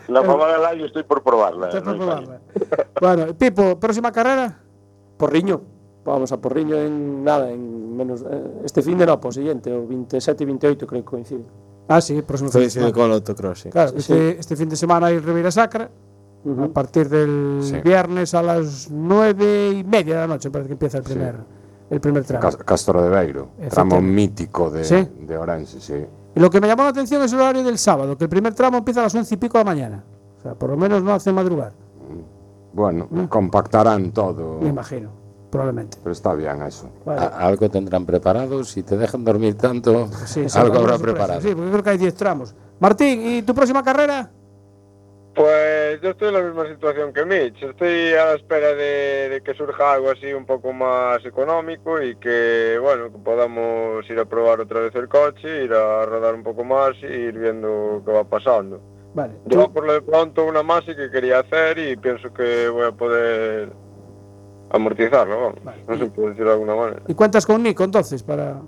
Speaker 16: la fabada light yo estoy por probarla.
Speaker 5: Está por
Speaker 16: no hay fallo.
Speaker 5: probarla. Bueno, Pipo, próxima carrera. Porriño. Vamos a Porriño en nada, en menos eh, este fin de no, pues siguiente, o 27 y 28 creo que coincide.
Speaker 2: Ah, sí, próximo fin de
Speaker 9: Coincide
Speaker 2: semana.
Speaker 9: con el autocross, sí.
Speaker 2: Claro,
Speaker 5: Sí,
Speaker 2: este, este fin de semana hay Riviera Sacra. A partir del viernes a las nueve y media de la noche, parece que empieza el primer, el primer tramo.
Speaker 7: Cas- Castro de Beiro, tramo
Speaker 2: Efectivamente.
Speaker 7: mítico de,
Speaker 2: Sí.
Speaker 7: de Orense, sí.
Speaker 2: Y Lo que me llamó la atención es el horario del sábado, que el primer tramo empieza a las once y pico de la mañana. O sea, por lo menos no hace madrugar,
Speaker 7: Bueno, compactarán todo.
Speaker 2: Mm.
Speaker 5: Oh.
Speaker 2: me imagino, probablemente.
Speaker 7: Pero está bien eso.
Speaker 2: Vale.
Speaker 17: A- Algo tendrán preparado, si te dejan dormir tanto,
Speaker 2: Sí, sí,
Speaker 17: algo
Speaker 2: alguna
Speaker 17: habrá
Speaker 2: sorpresa.
Speaker 17: preparado.
Speaker 2: Sí, porque creo que hay 10 tramos. Martín, ¿y tu próxima carrera?
Speaker 14: Pues yo estoy en la misma situación que Mitch. Estoy a la espera de, de que surja algo así un poco más económico y que, bueno, que podamos ir a probar otra vez el coche, ir a rodar un poco más y ir viendo qué va pasando.
Speaker 2: Vale.
Speaker 14: Yo por lo de pronto una más sí que quería hacer y pienso que voy a poder amortizarlo, vamos. No se puede decir de alguna manera.
Speaker 2: ¿Y cuentas con Nico entonces? Para...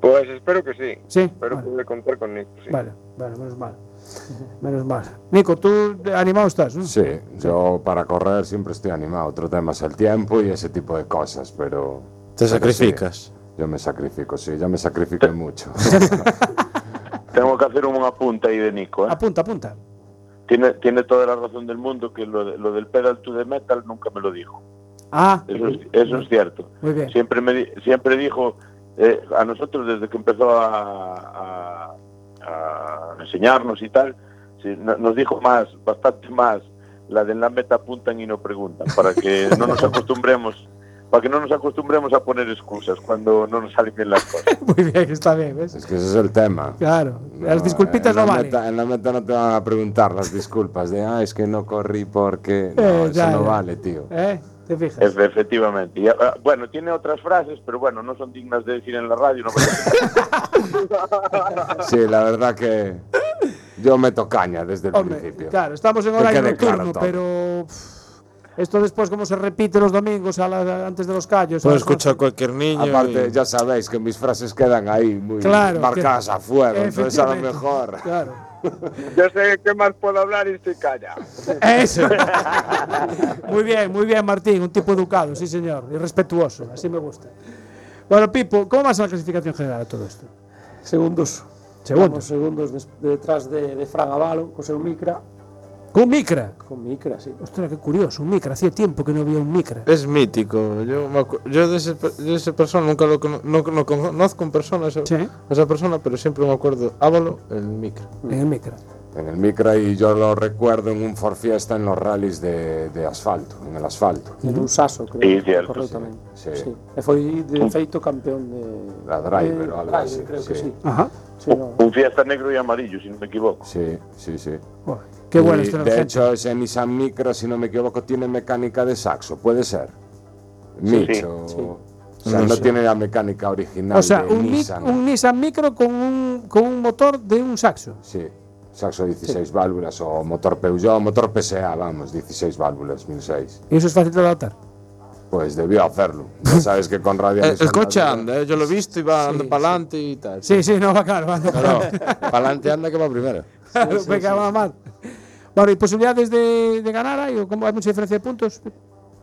Speaker 14: Pues espero que sí.
Speaker 2: Sí,
Speaker 14: Espero poder contar con Nick. sí.
Speaker 2: Vale, vale, menos mal. Menos mal. Nico, tú eh, animado estás, ¿no?
Speaker 7: Sí, yo para correr siempre estoy animado. Otro tema es el tiempo y ese tipo de cosas, pero.
Speaker 9: ¿Te
Speaker 7: pero
Speaker 9: sacrificas?
Speaker 7: sí, yo me sacrifico, sí, ya me sacrifiqué mucho.
Speaker 16: Tengo que hacer un apunte ahí de Nico. ¿eh?
Speaker 2: Apunta, apunta.
Speaker 16: Tiene, tiene toda la razón del mundo que lo, de- lo del pedal to the metal nunca me lo dijo.
Speaker 2: Ah,
Speaker 16: Eso es, eso es cierto.
Speaker 2: muy bien.
Speaker 16: Siempre me di- siempre dijo eh, a nosotros desde que empezó a, a- a enseñarnos y tal, sí, no- nos dijo más, bastante más, la de la meta apuntan y no preguntan, para que no nos acostumbremos, para que no nos acostumbremos a poner excusas cuando no nos salen bien las cosas.
Speaker 2: Muy bien, está bien, ¿ves?
Speaker 7: Es que ese es el tema.
Speaker 2: Claro, las disculpitas
Speaker 7: en la
Speaker 2: no valen.
Speaker 7: meta- en la meta no te van a preguntar las disculpas de, ah, es que no corrí porque. No,
Speaker 2: Eh,
Speaker 7: eso
Speaker 2: ya,
Speaker 7: no
Speaker 2: ya.
Speaker 7: vale, tío.
Speaker 2: ¿Eh? ¿Te fijas?
Speaker 16: Efe- Efectivamente. Y, ah, bueno, tiene otras frases, pero bueno, no son dignas de decir en la radio. No
Speaker 7: Sí, la verdad que. Yo meto caña desde el
Speaker 2: Hombre,
Speaker 7: principio.
Speaker 2: Claro, estamos en
Speaker 7: Que
Speaker 2: horario
Speaker 7: quede claro
Speaker 2: nocturno,
Speaker 7: todo.
Speaker 2: pero pff, esto después como se repite los domingos a la- antes de los callos. a las
Speaker 7: escuchar
Speaker 9: cualquier niño.
Speaker 7: Aparte, ya sabéis que mis frases quedan ahí muy
Speaker 2: Claro,
Speaker 7: marcadas
Speaker 2: que-
Speaker 7: a fuego, entonces a lo
Speaker 2: efectivamente.
Speaker 7: mejor.
Speaker 2: Claro.
Speaker 14: Yo sé qué más puedo hablar y estoy callado.
Speaker 2: Eso. Muy bien, muy bien, Martín. Un tipo educado, sí, señor. Y respetuoso. Así me gusta. Bueno, Pipo, ¿cómo vas a la clasificación general a todo esto?
Speaker 5: Segundos.
Speaker 2: Segundos.
Speaker 5: Vamos segundos des- detrás de, de Fran Avalo, con seu Micra.
Speaker 2: Con Micra.
Speaker 5: Con Micra, sí.
Speaker 2: Ostras, qué curioso. Un Micra. Hacía tiempo que no había un Micra.
Speaker 9: Es mítico. Yo, me acu- yo de, ese, per- de esa persona nunca lo cono- no, no conozco en persona esa, esa persona, pero siempre me acuerdo. Ávalo, el micro.
Speaker 2: En el micro.
Speaker 7: En el Micra y yo lo recuerdo en un For Fiesta en los rallies de, de asfalto, en el asfalto.
Speaker 5: En un saso, creo. correctamente.
Speaker 7: Sí,
Speaker 5: Sí. E foi de feito campeón de
Speaker 7: La driver
Speaker 5: de
Speaker 7: o algo
Speaker 5: driver,
Speaker 7: así,
Speaker 5: creo que
Speaker 7: sí.
Speaker 5: sí.
Speaker 2: Ajá.
Speaker 5: Sí, no.
Speaker 16: Un fiesta negro y amarillo, si no me equivoco.
Speaker 7: Sí, sí, sí.
Speaker 2: qué
Speaker 7: Y,
Speaker 2: bueno este
Speaker 7: De
Speaker 2: Argento.
Speaker 7: hecho, ese Nissan Micra, si no me equivoco, tiene mecánica de saxo, puede ser.
Speaker 2: Sí,
Speaker 7: Micho.
Speaker 2: sí.
Speaker 7: O sea,
Speaker 2: Sí,
Speaker 7: no
Speaker 2: sí.
Speaker 7: tiene la mecánica original.
Speaker 2: O sea,
Speaker 7: de
Speaker 2: un, mi-
Speaker 7: Nissan.
Speaker 2: un Nissan Micro con un, con un motor de un saxo.
Speaker 7: Sí, saxo 16 válvulas o motor Peugeot, motor PSA, vamos, 16 válvulas, 1006.
Speaker 2: Y eso es fácil de adaptar.
Speaker 7: Pues debió hacerlo. Ya sabes que con radio.
Speaker 9: El, el coche anda, eh, yo lo he visto y va anda para adelante y tal.
Speaker 2: Sí, sí, no va claro. Va, no,
Speaker 9: para adelante anda que va primero.
Speaker 2: Claro, venga, va mal. Bueno, ¿y posibilidades de, de ganar ahí? ¿O cómo Pues hay mucha diferencia de puntos?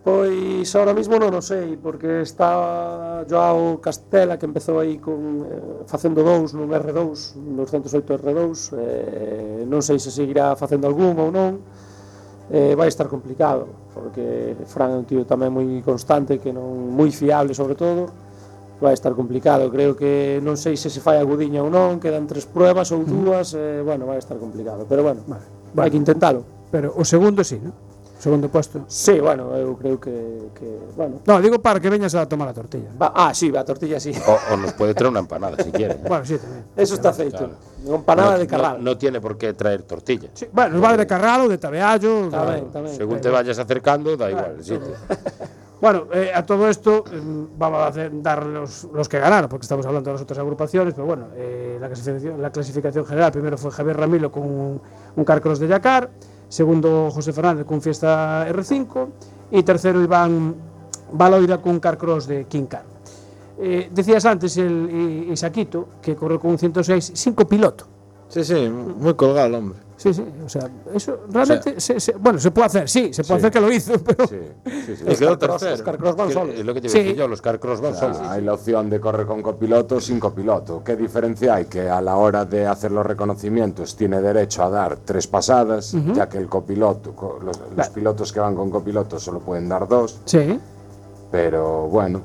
Speaker 5: Pois ahora mismo non o sei, porque está Joao Castela que empezou aí con eh, facendo dous nun R2, un 208 R2, eh, non sei se seguirá facendo algún ou non. Eh, vai estar complicado, porque Fran é un tío tamén moi constante, que non moi fiable sobre todo. Vai estar complicado, creo que non sei se se fai agudiña ou non, quedan tres pruebas
Speaker 2: Mm.
Speaker 5: ou dúas, eh, bueno, vai estar complicado, pero bueno, vale. vai que intentalo.
Speaker 2: Pero o segundo sí, ¿no?
Speaker 5: Segundo puesto. Sí, bueno, eu creo que, que bueno.
Speaker 2: No, digo para que veñas a tomar a tortilla.
Speaker 5: Va, ah, sí, a tortilla sí.
Speaker 6: O, o nos puede traer una empanada si quiere. ¿eh?
Speaker 2: Bueno, sí, también.
Speaker 5: Eso está feito. Unha empanada
Speaker 6: No-
Speaker 5: de
Speaker 6: No,
Speaker 5: carral.
Speaker 6: no tiene por qué traer tortilla.
Speaker 2: Sí, bueno, nos vale de carrado, de tabeallo.
Speaker 6: Claro, Según te vayas acercando, da igual el sitio.
Speaker 2: Bueno, eh, a todo esto mm, vamos a hacer- dar los, los que ganaron, porque estamos hablando de las otras agrupaciones, pero bueno, eh, la, clasificación, la clasificación general primero fue Javier Ramilo con un, un Carcross de Yacar, segundo José Fernández con Fiesta R5 y tercero Iván Baloira con un Carcross de Quincar. Eh, decías antes el I- Isaquito, que corrió con un 106, cinco piloto.
Speaker 9: Sí, sí, muy colgado el hombre.
Speaker 2: Sí, sí, o sea, eso realmente, se- se- bueno, se puede hacer, sí, se puede
Speaker 9: Sí.
Speaker 2: hacer que lo hizo, pero...
Speaker 7: Sí, sí.
Speaker 6: Y quedó tercero. Que- Es lo que te iba a
Speaker 2: Sí.
Speaker 6: decir yo, los carcross van
Speaker 7: O sea,
Speaker 6: solos.
Speaker 7: hay la opción de correr con copiloto o sin copiloto. ¿Qué diferencia hay? Que a la hora de hacer los reconocimientos tiene derecho a dar tres pasadas,
Speaker 2: Ujú.
Speaker 7: ya que el copiloto, co- los, los pilotos que van con copiloto solo pueden dar dos.
Speaker 2: Sí.
Speaker 7: Pero bueno,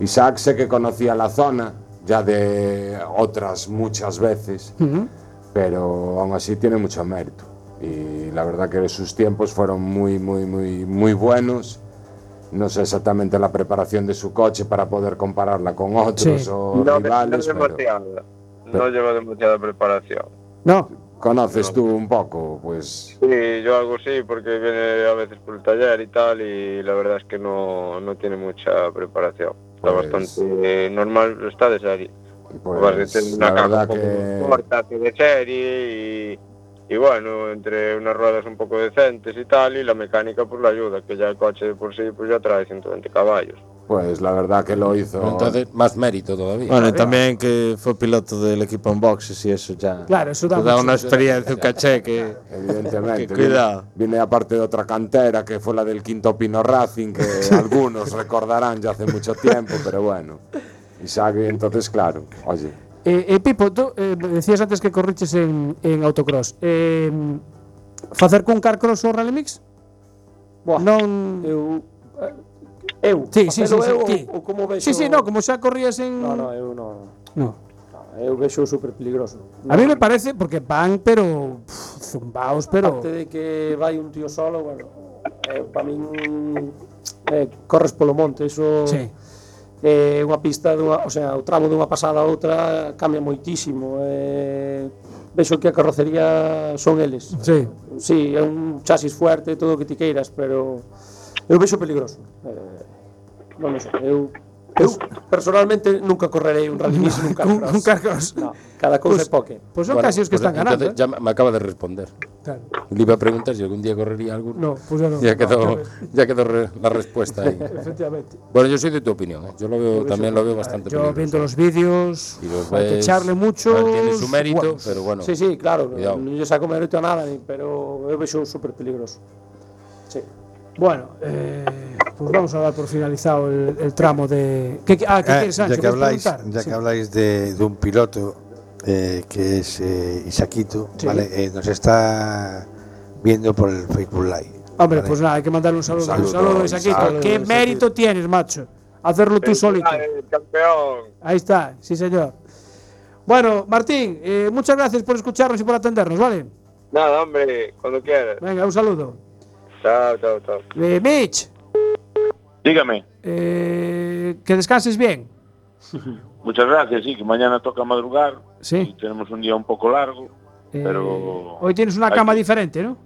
Speaker 7: Isaac sé que conocía la zona ya de otras muchas veces,
Speaker 2: Ujú.
Speaker 7: pero aún así tiene mucho mérito. Y la verdad que sus tiempos fueron muy, muy, muy, muy buenos. No sé exactamente la preparación de su coche para poder compararla con otros
Speaker 18: Sí.
Speaker 7: o
Speaker 18: No,
Speaker 7: rivales,
Speaker 18: no
Speaker 7: pero
Speaker 18: demasiado. No llevo demasiada preparación.
Speaker 2: No.
Speaker 7: conoces tú un poco, pues
Speaker 18: Sí, yo algo sí, porque viene a veces por el taller y tal, y la verdad es que no, no tiene mucha preparación. Está
Speaker 7: Pues
Speaker 18: bastante normal, está de serie. Vas a tener
Speaker 7: la
Speaker 18: una caja
Speaker 7: verdad
Speaker 18: un
Speaker 7: que-
Speaker 18: poco corta, hace de serie, y, y bueno, entre unas ruedas un poco decentes y tal, y la mecánica pues la ayuda, que ya el coche de por sí pues ya trae 120 caballos.
Speaker 7: pues la verdad que lo hizo.
Speaker 6: Entonces, más mérito todavía.
Speaker 9: Bueno, y también que fue piloto del equipo en boxes y eso ya.
Speaker 2: Claro, eso da
Speaker 9: te da
Speaker 2: mucho.
Speaker 9: una experiencia, un caché que.
Speaker 7: Evidentemente.
Speaker 9: que
Speaker 7: viene-
Speaker 9: cuidado.
Speaker 7: Viene aparte de otra cantera que fue la del Quinto Pino Racing, que algunos recordarán ya hace mucho tiempo, pero bueno. Isaac, entonces, claro, oye,
Speaker 2: Eh, eh, Pipo, tú eh, decías antes que corriches en, en autocross. Eh, facer cun carcross o rally mix?
Speaker 5: Buah,
Speaker 2: non...
Speaker 5: Eu... eh, Eu,
Speaker 2: Sí, sí, sí,
Speaker 5: facelo
Speaker 2: sí,
Speaker 5: eu
Speaker 2: ti.
Speaker 5: ou, ou como vexo...
Speaker 2: Sí, sí, no, como xa corrías en...
Speaker 5: No, no, eu non.
Speaker 2: No.
Speaker 5: Eu vexo super peligroso.
Speaker 2: A mí me parece porque van, pero pff, zumbaos, pero
Speaker 5: Aparte de que vai un tío solo, bueno, eh, para min eh, corres polo monte, iso
Speaker 2: Sí.
Speaker 5: eh, unha pista, dunha, o sea, o tramo dunha pasada a outra cambia moitísimo. Eh, vexo que a carrocería son eles.
Speaker 2: Sí.
Speaker 5: Sí, é un chasis fuerte, todo o que ti queiras, pero eu vexo peligroso. Eh, non sei, eu Eu personalmente nunca correrei un rally mix nunca.
Speaker 2: un carcross.
Speaker 5: No, cada cousa é poque.
Speaker 2: Pois Pues son casi os que están ganando, eh.
Speaker 6: Pues, Entonces, ya me me acaba de responder.
Speaker 2: Claro.
Speaker 6: Le iba a preguntar si algún día correría alguno.
Speaker 2: No, pues ya no. No,
Speaker 6: Ya quedó,
Speaker 2: ya
Speaker 6: ya quedó re- la respuesta ahí.
Speaker 2: Efectivamente.
Speaker 6: Bueno, yo soy de tu opinión. ¿eh? Yo lo veo,
Speaker 2: Yo
Speaker 6: también
Speaker 2: soy-
Speaker 6: lo veo bastante
Speaker 2: Yo
Speaker 6: peligroso.
Speaker 2: viendo los vídeos,
Speaker 6: Y los
Speaker 2: hay que
Speaker 6: ves-
Speaker 2: echarle mucho.
Speaker 6: a ver, tiene su mérito, pero bueno.
Speaker 5: Sí, sí, claro,
Speaker 6: Cuidado.
Speaker 5: non lle saco mérito a nada, ni- pero eu vexo super peligroso. Sí.
Speaker 2: Bueno, eh, pues vamos a dar por finalizado el, el tramo de. ¿Qué, qué- ah, ¿qué
Speaker 4: Ah,
Speaker 2: quieres, Sancho?
Speaker 4: ya que
Speaker 2: ¿Puedes
Speaker 4: habláis,
Speaker 2: preguntar?
Speaker 4: ya
Speaker 2: Sí.
Speaker 4: que habláis de, de un piloto eh, que es eh, Isaquito,
Speaker 2: Sí.
Speaker 4: ¿vale? Eh, nos está viendo por el Facebook Live.
Speaker 2: Hombre,
Speaker 4: Vale.
Speaker 2: pues nada, hay que mandarle un saludo. Un saludo,
Speaker 4: saludo,
Speaker 2: Isaquito.
Speaker 4: Isaquito.
Speaker 2: Qué
Speaker 4: Saludo,
Speaker 2: mérito tienes, macho. Hacerlo tú solito. Ahí está, sí, señor. Bueno, Martín, eh, muchas gracias por escucharnos y por atendernos, ¿vale?
Speaker 18: Nada, hombre, cuando quieras.
Speaker 2: Venga, un saludo.
Speaker 18: Chao, chao, chao.
Speaker 2: Eh, Mitch,
Speaker 16: Dígame,
Speaker 2: eh, que descanses bien.
Speaker 16: muchas gracias, sí, que mañana toca madrugar.
Speaker 2: Sí.
Speaker 16: Tenemos un día un poco largo,
Speaker 2: Eh,
Speaker 16: pero...
Speaker 2: Hoy tienes una
Speaker 16: hay
Speaker 2: cama diferente, ¿no?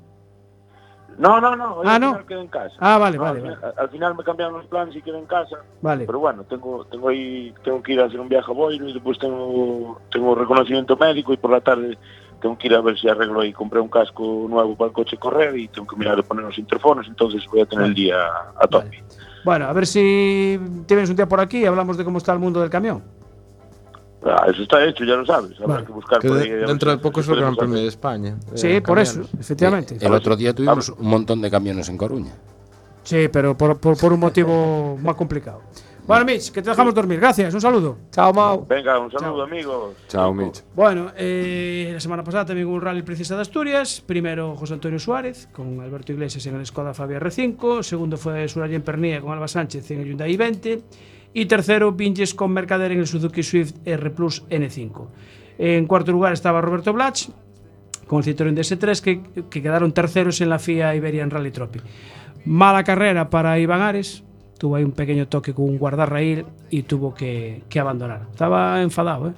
Speaker 16: No, no, no. hoy
Speaker 2: Ah,
Speaker 16: al
Speaker 2: ¿no?
Speaker 16: final quedo en casa.
Speaker 2: Ah, vale,
Speaker 16: No,
Speaker 2: vale,
Speaker 16: Al,
Speaker 2: vale.
Speaker 16: final- al final me cambiaron los planes y quedé en casa.
Speaker 2: Vale.
Speaker 16: Pero bueno, tengo tengo ahí, tengo que ir a hacer un viaje a Boiro y después tengo tengo reconocimiento médico y por la tarde tengo que ir a ver si arreglo ahí. Compré un casco nuevo para el coche correr y tengo que mirar de poner los interfones, entonces voy a tener el día a tope.
Speaker 2: Bueno, a ver si te vienes un día por aquí y hablamos de cómo está el mundo del camión.
Speaker 16: Ah, eso está hecho, ya lo sabes. Habrá que buscar
Speaker 9: Que
Speaker 16: por
Speaker 9: de-
Speaker 16: ahí. a ver
Speaker 9: dentro de
Speaker 16: si-
Speaker 9: poco es
Speaker 16: si
Speaker 9: el Gran
Speaker 16: podemos
Speaker 9: Premio
Speaker 16: hacer.
Speaker 9: de España.
Speaker 2: Sí,
Speaker 9: Eh,
Speaker 2: por
Speaker 9: camiones.
Speaker 2: eso, efectivamente.
Speaker 6: El otro día tuvimos un montón de camiones en Coruña.
Speaker 2: Sí, pero por, por- por un motivo más complicado. Bueno, Mitch, que te dejamos dormir. Gracias, un saludo. Chao, Mau.
Speaker 16: Venga, un saludo, amigos.
Speaker 7: Chao, Mitch.
Speaker 2: Bueno, eh, la semana pasada también hubo un rally Princesa de Asturias. Primero José Antonio Suárez con Alberto Iglesias en el Skoda Fabia R5. Segundo fue Suralien Pernía con Alba Sánchez en el Hyundai i20. Y tercero Vinges con Mercader en el Suzuki Swift R Plus N5. En cuarto lugar estaba Roberto Blach con el Citroën DS3 que, que quedaron terceros en la FIA Iberian Rally Trophy. Mala carrera para Iván Ares, tuvo ahí un pequeño toque con un guardarraíl y tuvo que, que abandonar. Estaba enfadado, ¿eh?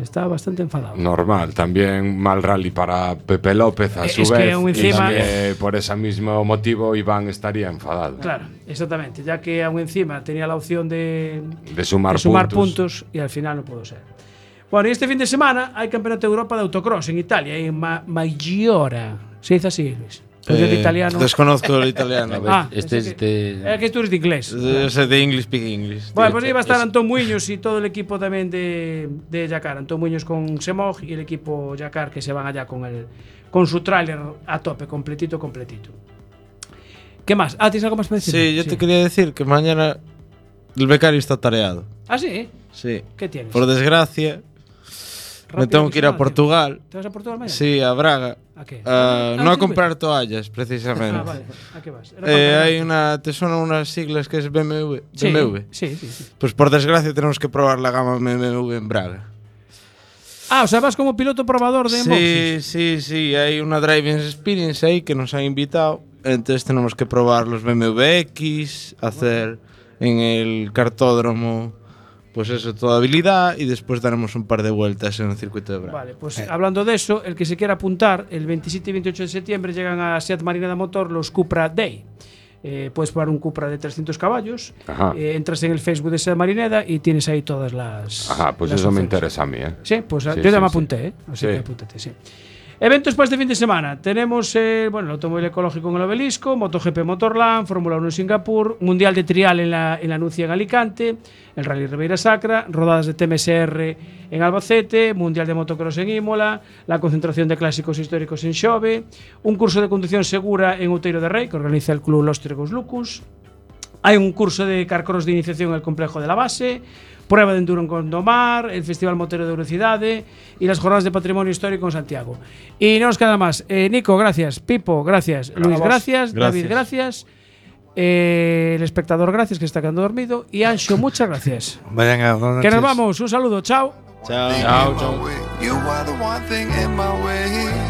Speaker 2: Estaba bastante enfadado.
Speaker 7: Normal, también mal rally para Pepe López a
Speaker 2: Eh,
Speaker 7: su
Speaker 2: es que
Speaker 7: vez. y
Speaker 2: aún encima-
Speaker 7: que por ese mismo motivo Iván estaría enfadado.
Speaker 2: Claro, exactamente, ya que aún encima tenía la opción de,
Speaker 7: De sumar
Speaker 2: puntos. y al final no pudo ser. Bueno, y este fin de semana hay Campeonato de Europa de Autocross en Italia, en Ma Maggiora. Se dice así, Luis. Pero Pues yo de
Speaker 9: Eh,
Speaker 2: italiano.
Speaker 9: Desconozco el italiano.
Speaker 2: Ah, Este es de- Eh, que tú eres de inglés.
Speaker 9: Yo sé de English, speak English.
Speaker 2: Bueno, pues ahí va a estar
Speaker 9: Es-
Speaker 2: Antón Muñoz y todo el equipo también de, de Yakar. Antón Muñoz con Semog y el equipo Yakar que se van allá con, el, con su tráiler a tope, completito, completito. ¿Qué más? Ah, ¿tienes algo más para decir?
Speaker 9: Sí, yo te quería decir que mañana el becario está tareado.
Speaker 2: Ah, sí.
Speaker 9: Sí.
Speaker 2: ¿Qué tienes?
Speaker 9: Por desgracia, me
Speaker 2: Rápido,
Speaker 9: tengo que ir a
Speaker 2: Cristiano,
Speaker 9: Portugal.
Speaker 2: ¿Te vas a Portugal mañana?
Speaker 9: Sí, a Braga.
Speaker 2: ¿A qué?
Speaker 9: Ah,
Speaker 2: Ah,
Speaker 9: no a
Speaker 2: sí,
Speaker 9: comprar toallas, precisamente.
Speaker 2: Ah, vale. ¿A qué vas? Era para
Speaker 9: Eh,
Speaker 2: ganar.
Speaker 9: hay una, te suenan unas siglas que es BMW.
Speaker 2: Sí,
Speaker 9: BMW.
Speaker 2: sí, sí, sí.
Speaker 9: Pues por desgracia tenemos que probar la gama BMW en Braga.
Speaker 2: Ah, o sea, vas como piloto probador de
Speaker 9: Sí,
Speaker 2: unboxings.
Speaker 9: sí, sí, hay una Driving Experience ahí que nos ha invitado. Entonces tenemos que probar los BMW X, hacer en el cartódromo, pues eso, toda habilidad y después daremos un par de vueltas en el circuito de Braga.
Speaker 2: Vale, pues
Speaker 7: Eh.
Speaker 2: hablando de eso, el que se quiera apuntar, el 27 y 28 de septiembre llegan a Seat Marina de Motor los Cupra Day. Eh, puedes probar un Cupra de 300 caballos,
Speaker 7: Ajá.
Speaker 2: eh, entras en el Facebook de Seat Marineda y tienes ahí todas las...
Speaker 7: Ajá, pues
Speaker 2: las
Speaker 7: eso me
Speaker 2: opciones.
Speaker 7: interesa a mí, ¿eh?
Speaker 2: Sí, pues
Speaker 7: Sí,
Speaker 2: yo ya
Speaker 7: sí,
Speaker 2: me
Speaker 7: sí.
Speaker 2: apunté, ¿eh? Así
Speaker 7: Sí.
Speaker 2: que apúntate, sí. Eventos para este fin de semana. Tenemos eh, bueno, el automóvil ecológico en el obelisco, MotoGP Motorland, Fórmula 1 en Singapur, Mundial de Trial en la, en la Nucia en Alicante, el Rally Ribeira Sacra, rodadas de TMSR en Albacete, Mundial de Motocross en Imola, la concentración de clásicos históricos en Xove, un curso de conducción segura en Outeiro de Rey que organiza el club Los Tregos Lucus, hay un curso de carcross de iniciación en el complejo de la base, prueba de enduro en Condomar, el Festival Motero de Velocidade y las jornadas de patrimonio histórico en Santiago. Y no nos queda más. Eh, Nico, gracias. Pipo, gracias.
Speaker 9: A
Speaker 2: Luis,
Speaker 9: vos.
Speaker 2: gracias. David,
Speaker 9: Gracias.
Speaker 2: gracias. Eh, el espectador, gracias, que está quedando dormido. Y Ancho, muchas gracias.
Speaker 4: Vayan a buenas
Speaker 2: Que nos
Speaker 4: noches.
Speaker 2: vamos. Un saludo. Chao.
Speaker 9: Chao.
Speaker 7: Chao, chao.
Speaker 19: You are the one thing in my way.